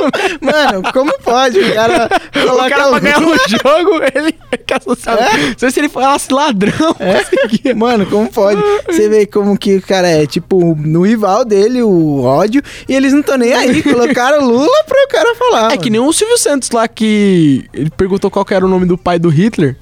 Speaker 2: Mano, como pode? O cara
Speaker 1: [laughs] O cara pra ganhar [laughs] o jogo, ele fica assustado.
Speaker 2: É?
Speaker 1: Só se ele falasse ladrão, conseguia.
Speaker 2: né? Mano, como pode? Você vê como que o cara é, tipo, no rival dele, o ódio, e eles não estão nem
Speaker 1: [laughs]
Speaker 2: aí. Colocaram Lula pro cara falar.
Speaker 1: É que nem
Speaker 2: mano.
Speaker 1: o Silvio Santos lá que ele perguntou qual que era o nome do pai do Hitler.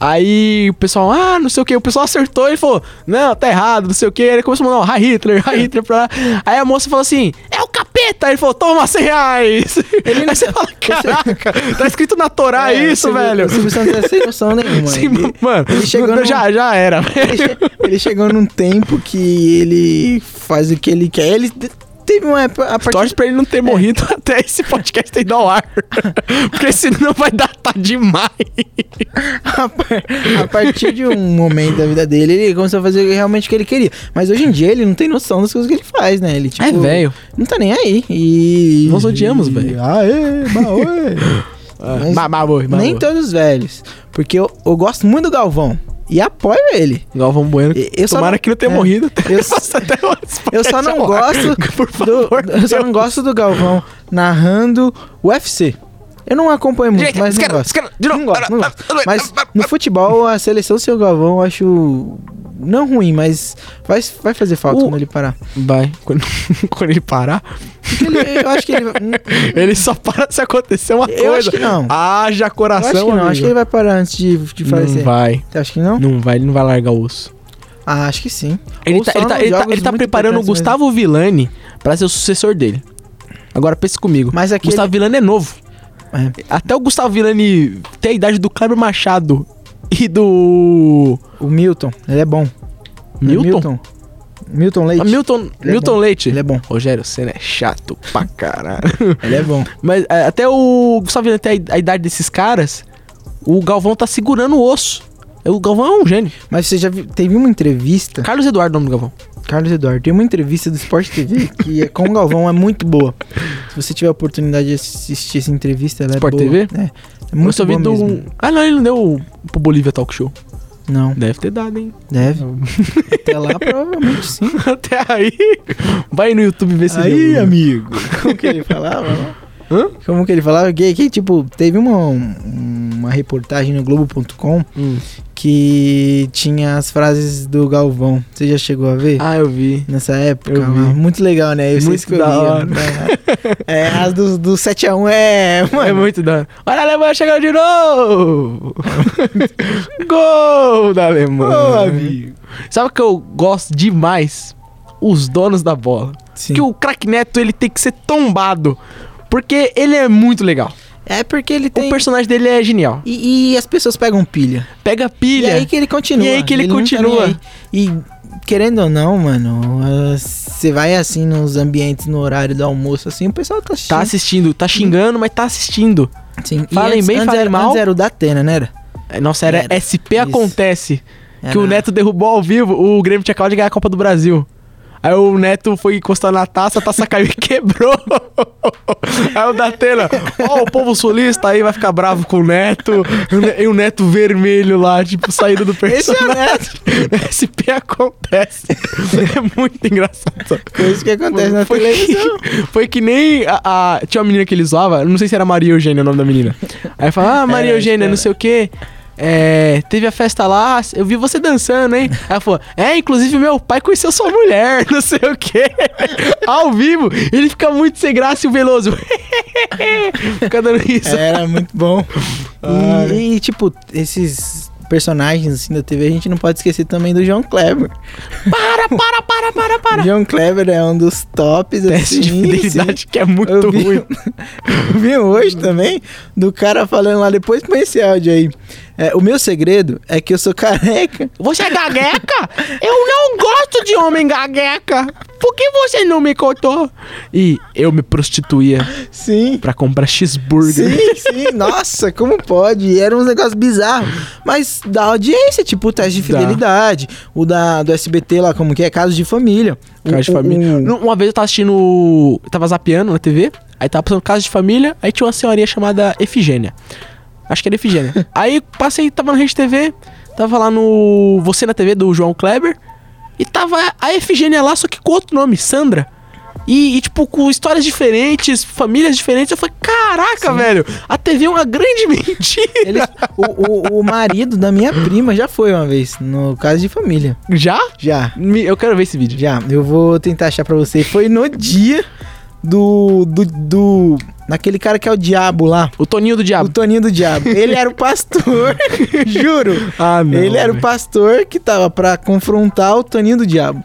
Speaker 1: Aí o pessoal, ah, não sei o que, o pessoal acertou e falou, não, tá errado, não sei o que. Ele começou a mandar, ah, Hitler,
Speaker 2: É.
Speaker 1: ah, Hitler pra lá. Aí a moça falou assim, é o capeta. Aí ele falou, toma 100 reais. Aí você fala, caraca, tá escrito na Torá
Speaker 2: É,
Speaker 1: isso,
Speaker 2: o Silvio-
Speaker 1: velho.
Speaker 2: O Silvio Santos é
Speaker 1: [laughs]
Speaker 2: sem noção nenhuma.
Speaker 1: Sim,
Speaker 2: ele,
Speaker 1: mano,
Speaker 2: ele chegou num-
Speaker 1: já, já era, velho.
Speaker 2: ele che- ele chegou num tempo que ele faz o que ele quer. Ele de- teve uma época. A partir
Speaker 1: [laughs]
Speaker 2: É.
Speaker 1: Torce pra ele não ter morrido até esse podcast ter ido ao
Speaker 2: [laughs]
Speaker 1: ar. Porque senão vai datar demais.
Speaker 2: A par- a partir de um momento da vida dele, ele começou a fazer realmente o que ele queria. Mas hoje em dia ele não tem noção das coisas que ele faz, né? Ele, tipo, Não tá nem aí. E.
Speaker 1: É, Nós odiamos,
Speaker 2: [laughs]
Speaker 1: velho.
Speaker 2: Aê,
Speaker 1: Ah,
Speaker 2: baoê.
Speaker 1: É.
Speaker 2: Mas-
Speaker 1: Mamaboi, mamaboi.
Speaker 2: nem todos os velhos. Porque eu, eu gosto muito do Galvão. E apoio ele.
Speaker 1: Galvão Bueno.
Speaker 2: E- eu só
Speaker 1: Tomara
Speaker 2: não-
Speaker 1: que não tenha
Speaker 2: é.
Speaker 1: morrido. [laughs]
Speaker 2: Eu-
Speaker 1: Nossa, até hoje,
Speaker 2: [laughs]
Speaker 1: [laughs]
Speaker 2: Eu só não
Speaker 1: ao ar.
Speaker 2: gosto.
Speaker 1: é Por
Speaker 2: do,
Speaker 1: favor.
Speaker 2: [laughs] eu só não gosto do Galvão narrando UFC. Eu não acompanho muito,
Speaker 1: Direita,
Speaker 2: mas
Speaker 1: esquerda,
Speaker 2: não gosto.
Speaker 1: esquerda, de novo. Ah,
Speaker 2: Não gosto, não gosto. Mas no futebol, a seleção seu Galvão eu acho. Não ruim, mas vai, vai fazer falta
Speaker 1: O-
Speaker 2: quando ele parar.
Speaker 1: Vai. Quando, [laughs] quando ele parar,
Speaker 2: Porque ele- eu acho que ele.
Speaker 1: [laughs] ele só para se acontecer uma
Speaker 2: Eu
Speaker 1: coisa.
Speaker 2: acho que não.
Speaker 1: Haja
Speaker 2: Eu acho
Speaker 1: coração,
Speaker 2: que não, acho que ele
Speaker 1: amigo.
Speaker 2: vai parar antes de, de
Speaker 1: Não
Speaker 2: falecer.
Speaker 1: vai.
Speaker 2: Você acha que não?
Speaker 1: Não vai, ele não vai largar o osso.
Speaker 2: Ah, acho que sim.
Speaker 1: Ele
Speaker 2: Ou
Speaker 1: tá,
Speaker 2: só
Speaker 1: ele tá-
Speaker 2: nos
Speaker 1: ele tá-
Speaker 2: jogos
Speaker 1: ele tá
Speaker 2: muito
Speaker 1: preparando o
Speaker 2: importantes
Speaker 1: Gustavo Villani pra ser o sucessor dele. Agora pense comigo.
Speaker 2: Mas aquele-
Speaker 1: Gustavo Villani é novo.
Speaker 2: É.
Speaker 1: Até o Gustavo Villani tem a idade do Cláudio Machado e do.
Speaker 2: O Milton, ele é bom. Não é
Speaker 1: Milton?
Speaker 2: Milton, Milton Leite.
Speaker 1: Ah, Milton,
Speaker 2: Ele é
Speaker 1: Milton
Speaker 2: bom.
Speaker 1: Leite.
Speaker 2: Ele é bom.
Speaker 1: Rogério Senna é chato pra caralho. [laughs]
Speaker 2: Ele é bom.
Speaker 1: Mas é, até o Gustavo Villani tem a, a idade desses caras, o Galvão tá segurando o osso. O Galvão é um
Speaker 2: [laughs]
Speaker 1: gênio.
Speaker 2: Mas você já viu, teve uma entrevista,
Speaker 1: Carlos Eduardo é o nome do Galvão.
Speaker 2: Carlos Eduardo, tem uma entrevista do Sport TV que é com o Galvão, é muito boa. Se você tiver a oportunidade de assistir essa entrevista, ela
Speaker 1: Sport
Speaker 2: é boa.
Speaker 1: TV?
Speaker 2: É. É
Speaker 1: Eu
Speaker 2: muito
Speaker 1: só
Speaker 2: boa
Speaker 1: vi do.
Speaker 2: mesmo.
Speaker 1: Ah, não, ele não deu pro Bolívia Talk Show.
Speaker 2: Não,
Speaker 1: Deve ter dado, hein?
Speaker 2: deve. Até lá, provavelmente sim.
Speaker 1: [laughs] Até aí. Vai no YouTube ver né? se deu.
Speaker 2: amigo. Como que ele falava? lá?
Speaker 1: Hã?
Speaker 2: Como que ele falava? Que, que tipo, teve uma, uma reportagem no Globo.com
Speaker 1: Hum.
Speaker 2: que tinha as frases do Galvão. Você já chegou a ver?
Speaker 1: Ah, eu vi.
Speaker 2: Nessa época,
Speaker 1: Eu vi.
Speaker 2: lá. muito legal, né? Eu sei
Speaker 1: Muito
Speaker 2: que eu
Speaker 1: da
Speaker 2: via,
Speaker 1: hora. [laughs]
Speaker 2: né? É, as do, do 7x1 é.
Speaker 1: É
Speaker 2: Mano,
Speaker 1: muito da hora. Olha a Alemanha chegando de
Speaker 2: [laughs]
Speaker 1: novo! [laughs] Gol [laughs] da Alemanha!
Speaker 2: Ô, amigo.
Speaker 1: Sabe o que eu gosto demais? Os donos da bola.
Speaker 2: Sim.
Speaker 1: Que o craque Neto ele tem que ser tombado. Porque ele é muito legal.
Speaker 2: É porque ele tem.
Speaker 1: O personagem dele é genial.
Speaker 2: E, e as pessoas pegam pilha.
Speaker 1: Pega pilha.
Speaker 2: E é aí que ele continua.
Speaker 1: E aí que ele
Speaker 2: não tá
Speaker 1: continua.
Speaker 2: nem aí. e querendo ou não, mano, ah, você vai assim nos ambientes no horário do almoço, assim, o pessoal tá
Speaker 1: Tá assistindo, tá xingando, mas tá assistindo.
Speaker 2: Sim. E
Speaker 1: Falem
Speaker 2: antes-
Speaker 1: bem,
Speaker 2: antes
Speaker 1: falem
Speaker 2: era-
Speaker 1: mal.
Speaker 2: Antes era o da Atena, né? Era?
Speaker 1: É, Nossa, era,
Speaker 2: Era.
Speaker 1: SP
Speaker 2: Isso.
Speaker 1: Acontece. Que
Speaker 2: Era-
Speaker 1: o Neto derrubou ao vivo, o Grêmio tinha acabado de ganhar a Copa do Brasil. Aí o Neto foi encostar na taça, a taça [laughs] caiu e quebrou. Aí o Datena, ó, o povo solista aí vai ficar bravo com o Neto. E o Ne- E o Neto vermelho lá, tipo, saída do
Speaker 2: [laughs] Esse é o
Speaker 1: personagem. [laughs]
Speaker 2: Neto.
Speaker 1: SP acontece. É muito engraçado.
Speaker 2: Foi isso que acontece na
Speaker 1: Foi
Speaker 2: televisão.
Speaker 1: que, [laughs] foi que nem a, a- Tinha uma menina que ele zoava, não sei se era Maria Eugênia o nome da menina. Aí fala, ah, Maria
Speaker 2: Era, acho que
Speaker 1: Eugênia,
Speaker 2: era.
Speaker 1: não sei o quê. é, teve a festa lá, eu vi você dançando, hein? Aí Ela falou: É, inclusive meu pai conheceu sua mulher, [laughs] não sei o quê. Ao vivo, ele fica muito sem graça e o Veloso. [laughs] fica dando isso.
Speaker 2: Era
Speaker 1: [laughs]
Speaker 2: muito bom. E, e, tipo, esses personagens assim da TV, a gente não pode esquecer também do João Kleber.
Speaker 1: Para, para, para, para,
Speaker 2: O
Speaker 1: para.
Speaker 2: João Kleber é um dos tops
Speaker 1: Teste
Speaker 2: assim,
Speaker 1: de fidelidade que é muito
Speaker 2: Eu vi,
Speaker 1: ruim.
Speaker 2: [laughs] eu vi hoje também do cara falando lá, depois põe esse áudio aí. É, o meu segredo é que eu sou careca.
Speaker 1: Você é gagueca? Eu não gosto de homem gagueca. Por que você não me contou? E eu me prostituía
Speaker 2: Sim.
Speaker 1: pra comprar cheeseburger.
Speaker 2: Sim, sim, nossa, como pode? E Era uns negócios bizarros. Mas da audiência, tipo o teste de
Speaker 1: Dá.
Speaker 2: fidelidade, o da, do SBT lá, como que é? Caso de família. O-
Speaker 1: Casa de
Speaker 2: o-
Speaker 1: família.
Speaker 2: o-
Speaker 1: Não, Uma vez eu tava assistindo. Eu tava zapeando na TV. Aí tava passando casa de família. Aí tinha uma senhorinha chamada Efigênia. Acho que era
Speaker 2: [laughs]
Speaker 1: Efigênia. aí passei, tava na Rede TV. Tava lá no Você na TV do João Kleber. E tava a Efigênia lá, só que com outro nome, Sandra. E, e, tipo, com histórias diferentes, famílias diferentes. Eu falei, caraca, velho, a TV é uma grande [laughs] mentira.
Speaker 2: Eles- o, o- o marido da minha prima já foi uma vez, no caso de família.
Speaker 1: Já?
Speaker 2: Já.
Speaker 1: Me- Eu quero ver esse vídeo.
Speaker 2: Já, eu vou tentar achar pra você. Foi no dia do. do. do naquele cara que é o diabo lá.
Speaker 1: O Toninho do
Speaker 2: O
Speaker 1: Diabo.
Speaker 2: Toninho do Diabo. Ele era o pastor, [laughs] juro.
Speaker 1: Ah,
Speaker 2: ele era o pastor que tava pra confrontar o Toninho do Diabo.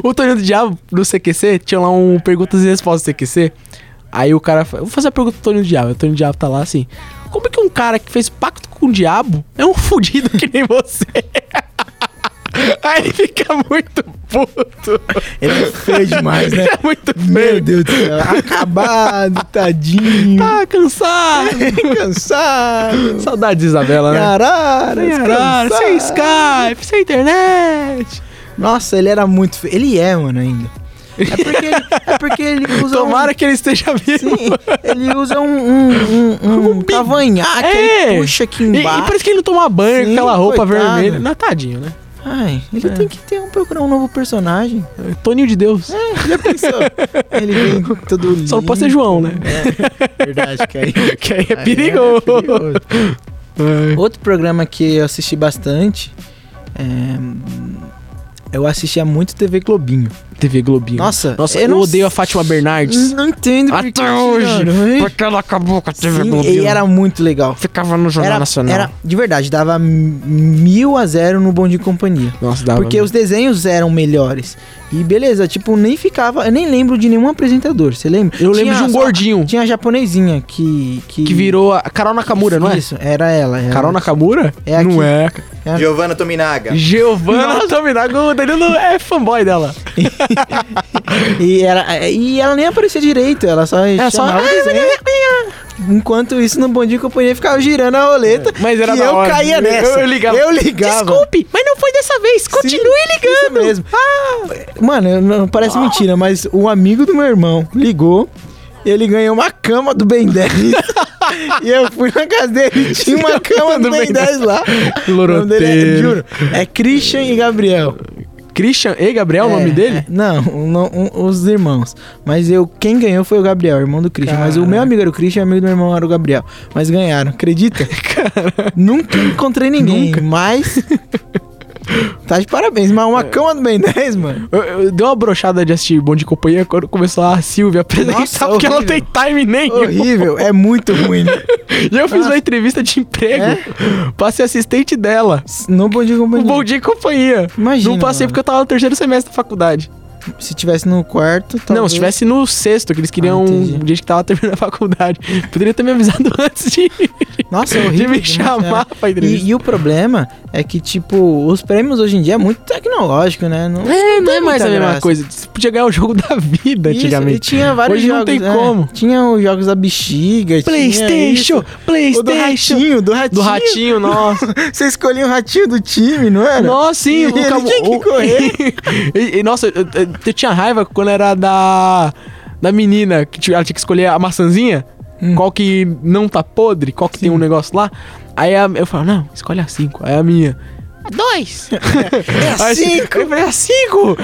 Speaker 2: Uhum.
Speaker 1: O Toninho do Diabo, no CQC, tinha lá um perguntas e respostas CQC. Aí o cara fa- Vou fazer a pergunta do Toninho do Diabo. O Toninho do Diabo tá lá assim. Como é que um cara que fez pacto com o diabo é um [laughs] fudido que nem você? [laughs] Aí ele fica muito puto.
Speaker 2: Ele é feio demais, né?
Speaker 1: Ele é muito
Speaker 2: Meu
Speaker 1: [laughs] feio.
Speaker 2: Deus do céu. Acabado,
Speaker 1: [laughs]
Speaker 2: tadinho.
Speaker 1: Ah,
Speaker 2: [laughs]
Speaker 1: cansado.
Speaker 2: Cansado.
Speaker 1: Saudades de Isabela, né? é
Speaker 2: Caralho,
Speaker 1: Sem horário, sem
Speaker 2: cansado.
Speaker 1: Skype, sem internet.
Speaker 2: Nossa, ele era muito feio. Ele é, mano, ainda. É porque ele, é
Speaker 1: [laughs]
Speaker 2: porque ele usa.
Speaker 1: Tomara
Speaker 2: um...
Speaker 1: que ele esteja vivo.
Speaker 2: Sim, ele usa um, um, um, um cavanhaque,
Speaker 1: É.
Speaker 2: ele puxa aqui
Speaker 1: E, e
Speaker 2: embaixo.
Speaker 1: parece que ele não toma banho com
Speaker 2: Sim,
Speaker 1: aquela roupa
Speaker 2: coitado.
Speaker 1: vermelha. Não, tadinho, né?
Speaker 2: Ai, ele
Speaker 1: É.
Speaker 2: tem que ter um, procurar um novo personagem.
Speaker 1: Toninho de Deus.
Speaker 2: É, já pensou? ele vem todo lindo.
Speaker 1: Só não pode ser João, né?
Speaker 2: É, verdade, que aí...
Speaker 1: Que aí [laughs] é
Speaker 2: aí
Speaker 1: perigoso. É.
Speaker 2: perigoso.
Speaker 1: Ai.
Speaker 2: Outro programa que eu assisti bastante... é, Eu assistia muito TV Globinho.
Speaker 1: TV Globinho.
Speaker 2: Nossa,
Speaker 1: Nossa eu,
Speaker 2: não
Speaker 1: odeio a Fátima Bernardes.
Speaker 2: Não entendo por que
Speaker 1: Até hoje.
Speaker 2: tiraram, hein?
Speaker 1: Porque ela acabou com a TV
Speaker 2: Sim,
Speaker 1: Globinho.
Speaker 2: e era muito legal.
Speaker 1: Ficava no Jornal
Speaker 2: Era,
Speaker 1: Nacional.
Speaker 2: era- de verdade, dava mil a zero no Bom de Companhia.
Speaker 1: Nossa, dava. né?
Speaker 2: Porque os desenhos eram melhores. E beleza, tipo, nem ficava. Eu nem lembro de nenhum apresentador, você lembra?
Speaker 1: Eu lembro de um
Speaker 2: só-
Speaker 1: gordinho
Speaker 2: Tinha a japonesinha que. Que,
Speaker 1: que virou a Carol Nakamura, não é?
Speaker 2: Isso, era ela. Era
Speaker 1: Carol Nakamura?
Speaker 2: É aqui.
Speaker 1: Não é.
Speaker 4: Giovanna Tominaga.
Speaker 1: Giovanna Dominago, o Danilo é fanboy dela.
Speaker 2: E, era, é, e ela nem aparecia direito, ela só.
Speaker 1: Ela É, só- "Ah,
Speaker 2: chamava o desenho. Enquanto isso, no Bom Dia e Companhia ficava girando a roleta.
Speaker 1: É, Mas era
Speaker 2: e
Speaker 1: da
Speaker 2: eu
Speaker 1: hora.
Speaker 2: caía nessa.
Speaker 1: Eu ligava.
Speaker 2: Eu ligava.
Speaker 1: Desculpe, mas não foi dessa vez. Continue
Speaker 2: Isso
Speaker 1: ligando.
Speaker 2: mesmo. Ah. Mano, eu não, parece mentira, mas um amigo do meu irmão ligou. Ele ganhou uma cama do Ben [laughs] 10. e eu fui na casa dele e tinha uma cama do,
Speaker 1: Do
Speaker 2: Ben
Speaker 1: Ben
Speaker 2: 10 lá.
Speaker 1: Loroteiro.
Speaker 2: O nome dele é, juro, é Christian e Gabriel.
Speaker 1: Christian e Gabriel, o
Speaker 2: É,
Speaker 1: nome dele?
Speaker 2: é, não, um- um- os irmãos. Mas eu, quem ganhou foi o Gabriel, irmão do Christian. Mas o meu amigo era o Christian e o amigo do meu irmão era o Gabriel. Mas
Speaker 1: [laughs]
Speaker 2: ganharam, acredita? Nunca encontrei ninguém, mas... Tá de parabéns, mas
Speaker 1: É.
Speaker 2: uma cama do Ben 10, mano.
Speaker 1: [laughs] Eu, eu dei uma brochada de assistir Bom de Companhia quando começou a Silvia a apresentar,
Speaker 2: Nossa,
Speaker 1: porque ela não tem
Speaker 2: horrível.
Speaker 1: time nenhum.
Speaker 2: Horrível, é muito ruim. né?
Speaker 1: E eu fiz uma entrevista de emprego pra ser assistente dela.
Speaker 2: Não bom dia
Speaker 1: Um
Speaker 2: companhia.
Speaker 1: bom dia e companhia.
Speaker 2: Imagina,
Speaker 1: não passei
Speaker 2: mano.
Speaker 1: porque eu tava no terceiro semestre da faculdade.
Speaker 2: Se tivesse no quarto, talvez.
Speaker 1: Não, se tivesse no sexto, que eles queriam
Speaker 2: entendi.
Speaker 1: um dia que tava terminando a faculdade. Poderia ter me avisado [laughs] antes de,
Speaker 2: Nossa,
Speaker 1: [laughs]
Speaker 2: é
Speaker 1: de
Speaker 2: horrível.
Speaker 1: me
Speaker 2: demais,
Speaker 1: chamar
Speaker 2: né?
Speaker 1: pra entrevista.
Speaker 2: E, e o problema é que, tipo, os prêmios hoje em dia é muito tecnológico, né? Não,
Speaker 1: É, não
Speaker 2: tem
Speaker 1: é mais
Speaker 2: muita
Speaker 1: a mesma
Speaker 2: graça.
Speaker 1: coisa. Você podia ganhar o jogo da vida
Speaker 2: Isso, e
Speaker 1: antigamente.
Speaker 2: tinha vários
Speaker 1: Hoje não
Speaker 2: jogos.
Speaker 1: tem
Speaker 2: né?
Speaker 1: como.
Speaker 2: Tinha os jogos da bexiga,
Speaker 1: Playstation,
Speaker 2: tinha isso. O do
Speaker 1: Playstation.
Speaker 2: ratinho, do ratinho.
Speaker 1: Do ratinho, nossa.
Speaker 2: [laughs] Você escolhia o ratinho do time, não era?
Speaker 1: Nossa, sim,
Speaker 2: E
Speaker 1: o
Speaker 2: ele
Speaker 1: Cabo-
Speaker 2: tinha que
Speaker 1: o-
Speaker 2: correr.
Speaker 1: [laughs] e, e, nossa, eu, eu- eu tinha raiva quando era da. Da menina, que tinha- ela tinha que escolher a maçãzinha.
Speaker 2: Hum.
Speaker 1: Qual que não tá podre, qual que tem um negócio lá. Aí a- eu falo, não, escolhe a 5. Aí a minha. "A [laughs] Dois!
Speaker 2: É
Speaker 1: Aí
Speaker 2: cinco.
Speaker 1: Eu falei, a 5!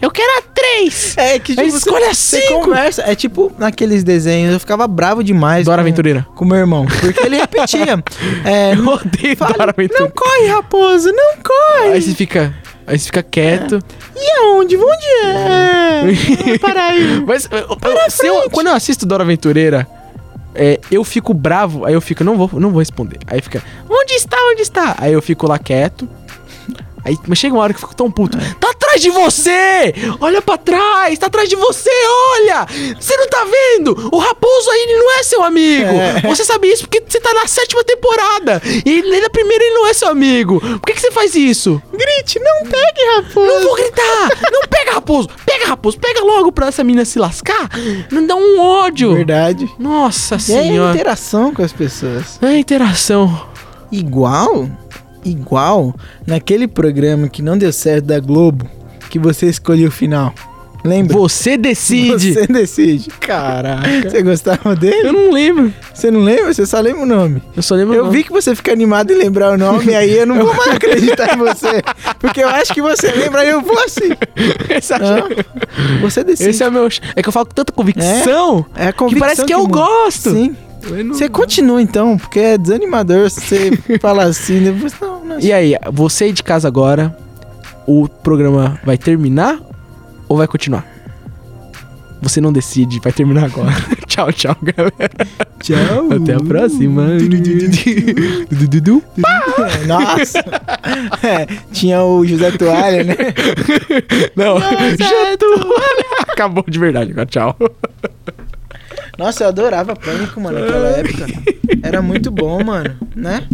Speaker 1: Eu quero a 3!
Speaker 2: É que
Speaker 1: Aí
Speaker 2: tipo, você,
Speaker 1: escolhe a
Speaker 2: você
Speaker 1: cinco.
Speaker 2: conversa. É tipo naqueles desenhos, eu ficava bravo demais.
Speaker 1: Dora
Speaker 2: com-
Speaker 1: Aventureira.
Speaker 2: Com meu irmão. Porque ele
Speaker 1: [laughs]
Speaker 2: repetia. é,
Speaker 1: Eu odeio
Speaker 2: fala,
Speaker 1: Dora
Speaker 2: não
Speaker 1: Aventureira.
Speaker 2: corre, raposa, não corre.
Speaker 1: Aí você fica. Aí você fica quieto.
Speaker 2: E aonde? Onde
Speaker 1: [laughs]
Speaker 2: é? Para aí.
Speaker 1: Mas eu- eu- se eu-
Speaker 2: frente.
Speaker 1: quando eu assisto Dora Aventureira, é, eu fico bravo, aí eu fico, não vou, não vou responder. Aí fica, onde está, onde está? Aí eu fico lá quieto. Aí, mas chega uma hora que eu fico tão puto.
Speaker 2: É.
Speaker 1: Tá atrás de você! Olha pra trás! Tá atrás de você! Olha! Você não tá vendo? O Raposo aí ele não é seu amigo! Você sabe isso porque você tá na sétima temporada! E ele na primeira ele não é seu amigo! Por que, que você faz isso?
Speaker 2: Grite, não pegue, raposa.
Speaker 1: Não vou gritar! Não pega, raposo! Pega, raposo! Pega logo pra essa menina se lascar! Não dá um ódio!
Speaker 2: Verdade.
Speaker 1: Nossa
Speaker 2: E aí a
Speaker 1: senhora!
Speaker 2: interação com as pessoas.
Speaker 1: É interação.
Speaker 2: Igual, igual naquele programa que não deu certo da Globo, que você escolheu o final. Lembra?
Speaker 1: Você decide.
Speaker 2: Você decide.
Speaker 1: Caraca.
Speaker 2: Você gostava dele?
Speaker 1: Eu não lembro.
Speaker 2: Você não lembra? Você só lembra o nome.
Speaker 1: Eu só lembro.
Speaker 2: Eu vi que você fica animado em lembrar o nome, aí eu não vou mais acreditar em você. Porque eu acho que você lembra, aí eu vou assim.
Speaker 1: Essa-
Speaker 2: Não, você decide.
Speaker 1: É. Esse é o meu. É que eu falo com tanta convicção
Speaker 2: É a
Speaker 1: que
Speaker 2: convicção
Speaker 1: parece que, eu
Speaker 2: muda.
Speaker 1: gosto.
Speaker 2: Sim.
Speaker 1: É? Eu não-
Speaker 2: Você continua então, porque é desanimador você falar assim, depois não, não.
Speaker 1: E é- aí, você aí de casa agora, o programa vai terminar ou vai continuar? Você não decide, vai terminar agora. [laughs] tchau, tchau, galera.
Speaker 2: Tchau.
Speaker 1: Até a próxima. Dududu.
Speaker 2: [laughs] Nossa. É, tinha o José Toalha, né?
Speaker 1: não, já tô... [laughs] Acabou de verdade agora, tchau.
Speaker 2: Nossa, eu adorava Pânico, mano, naquela época. Era muito bom, mano, né?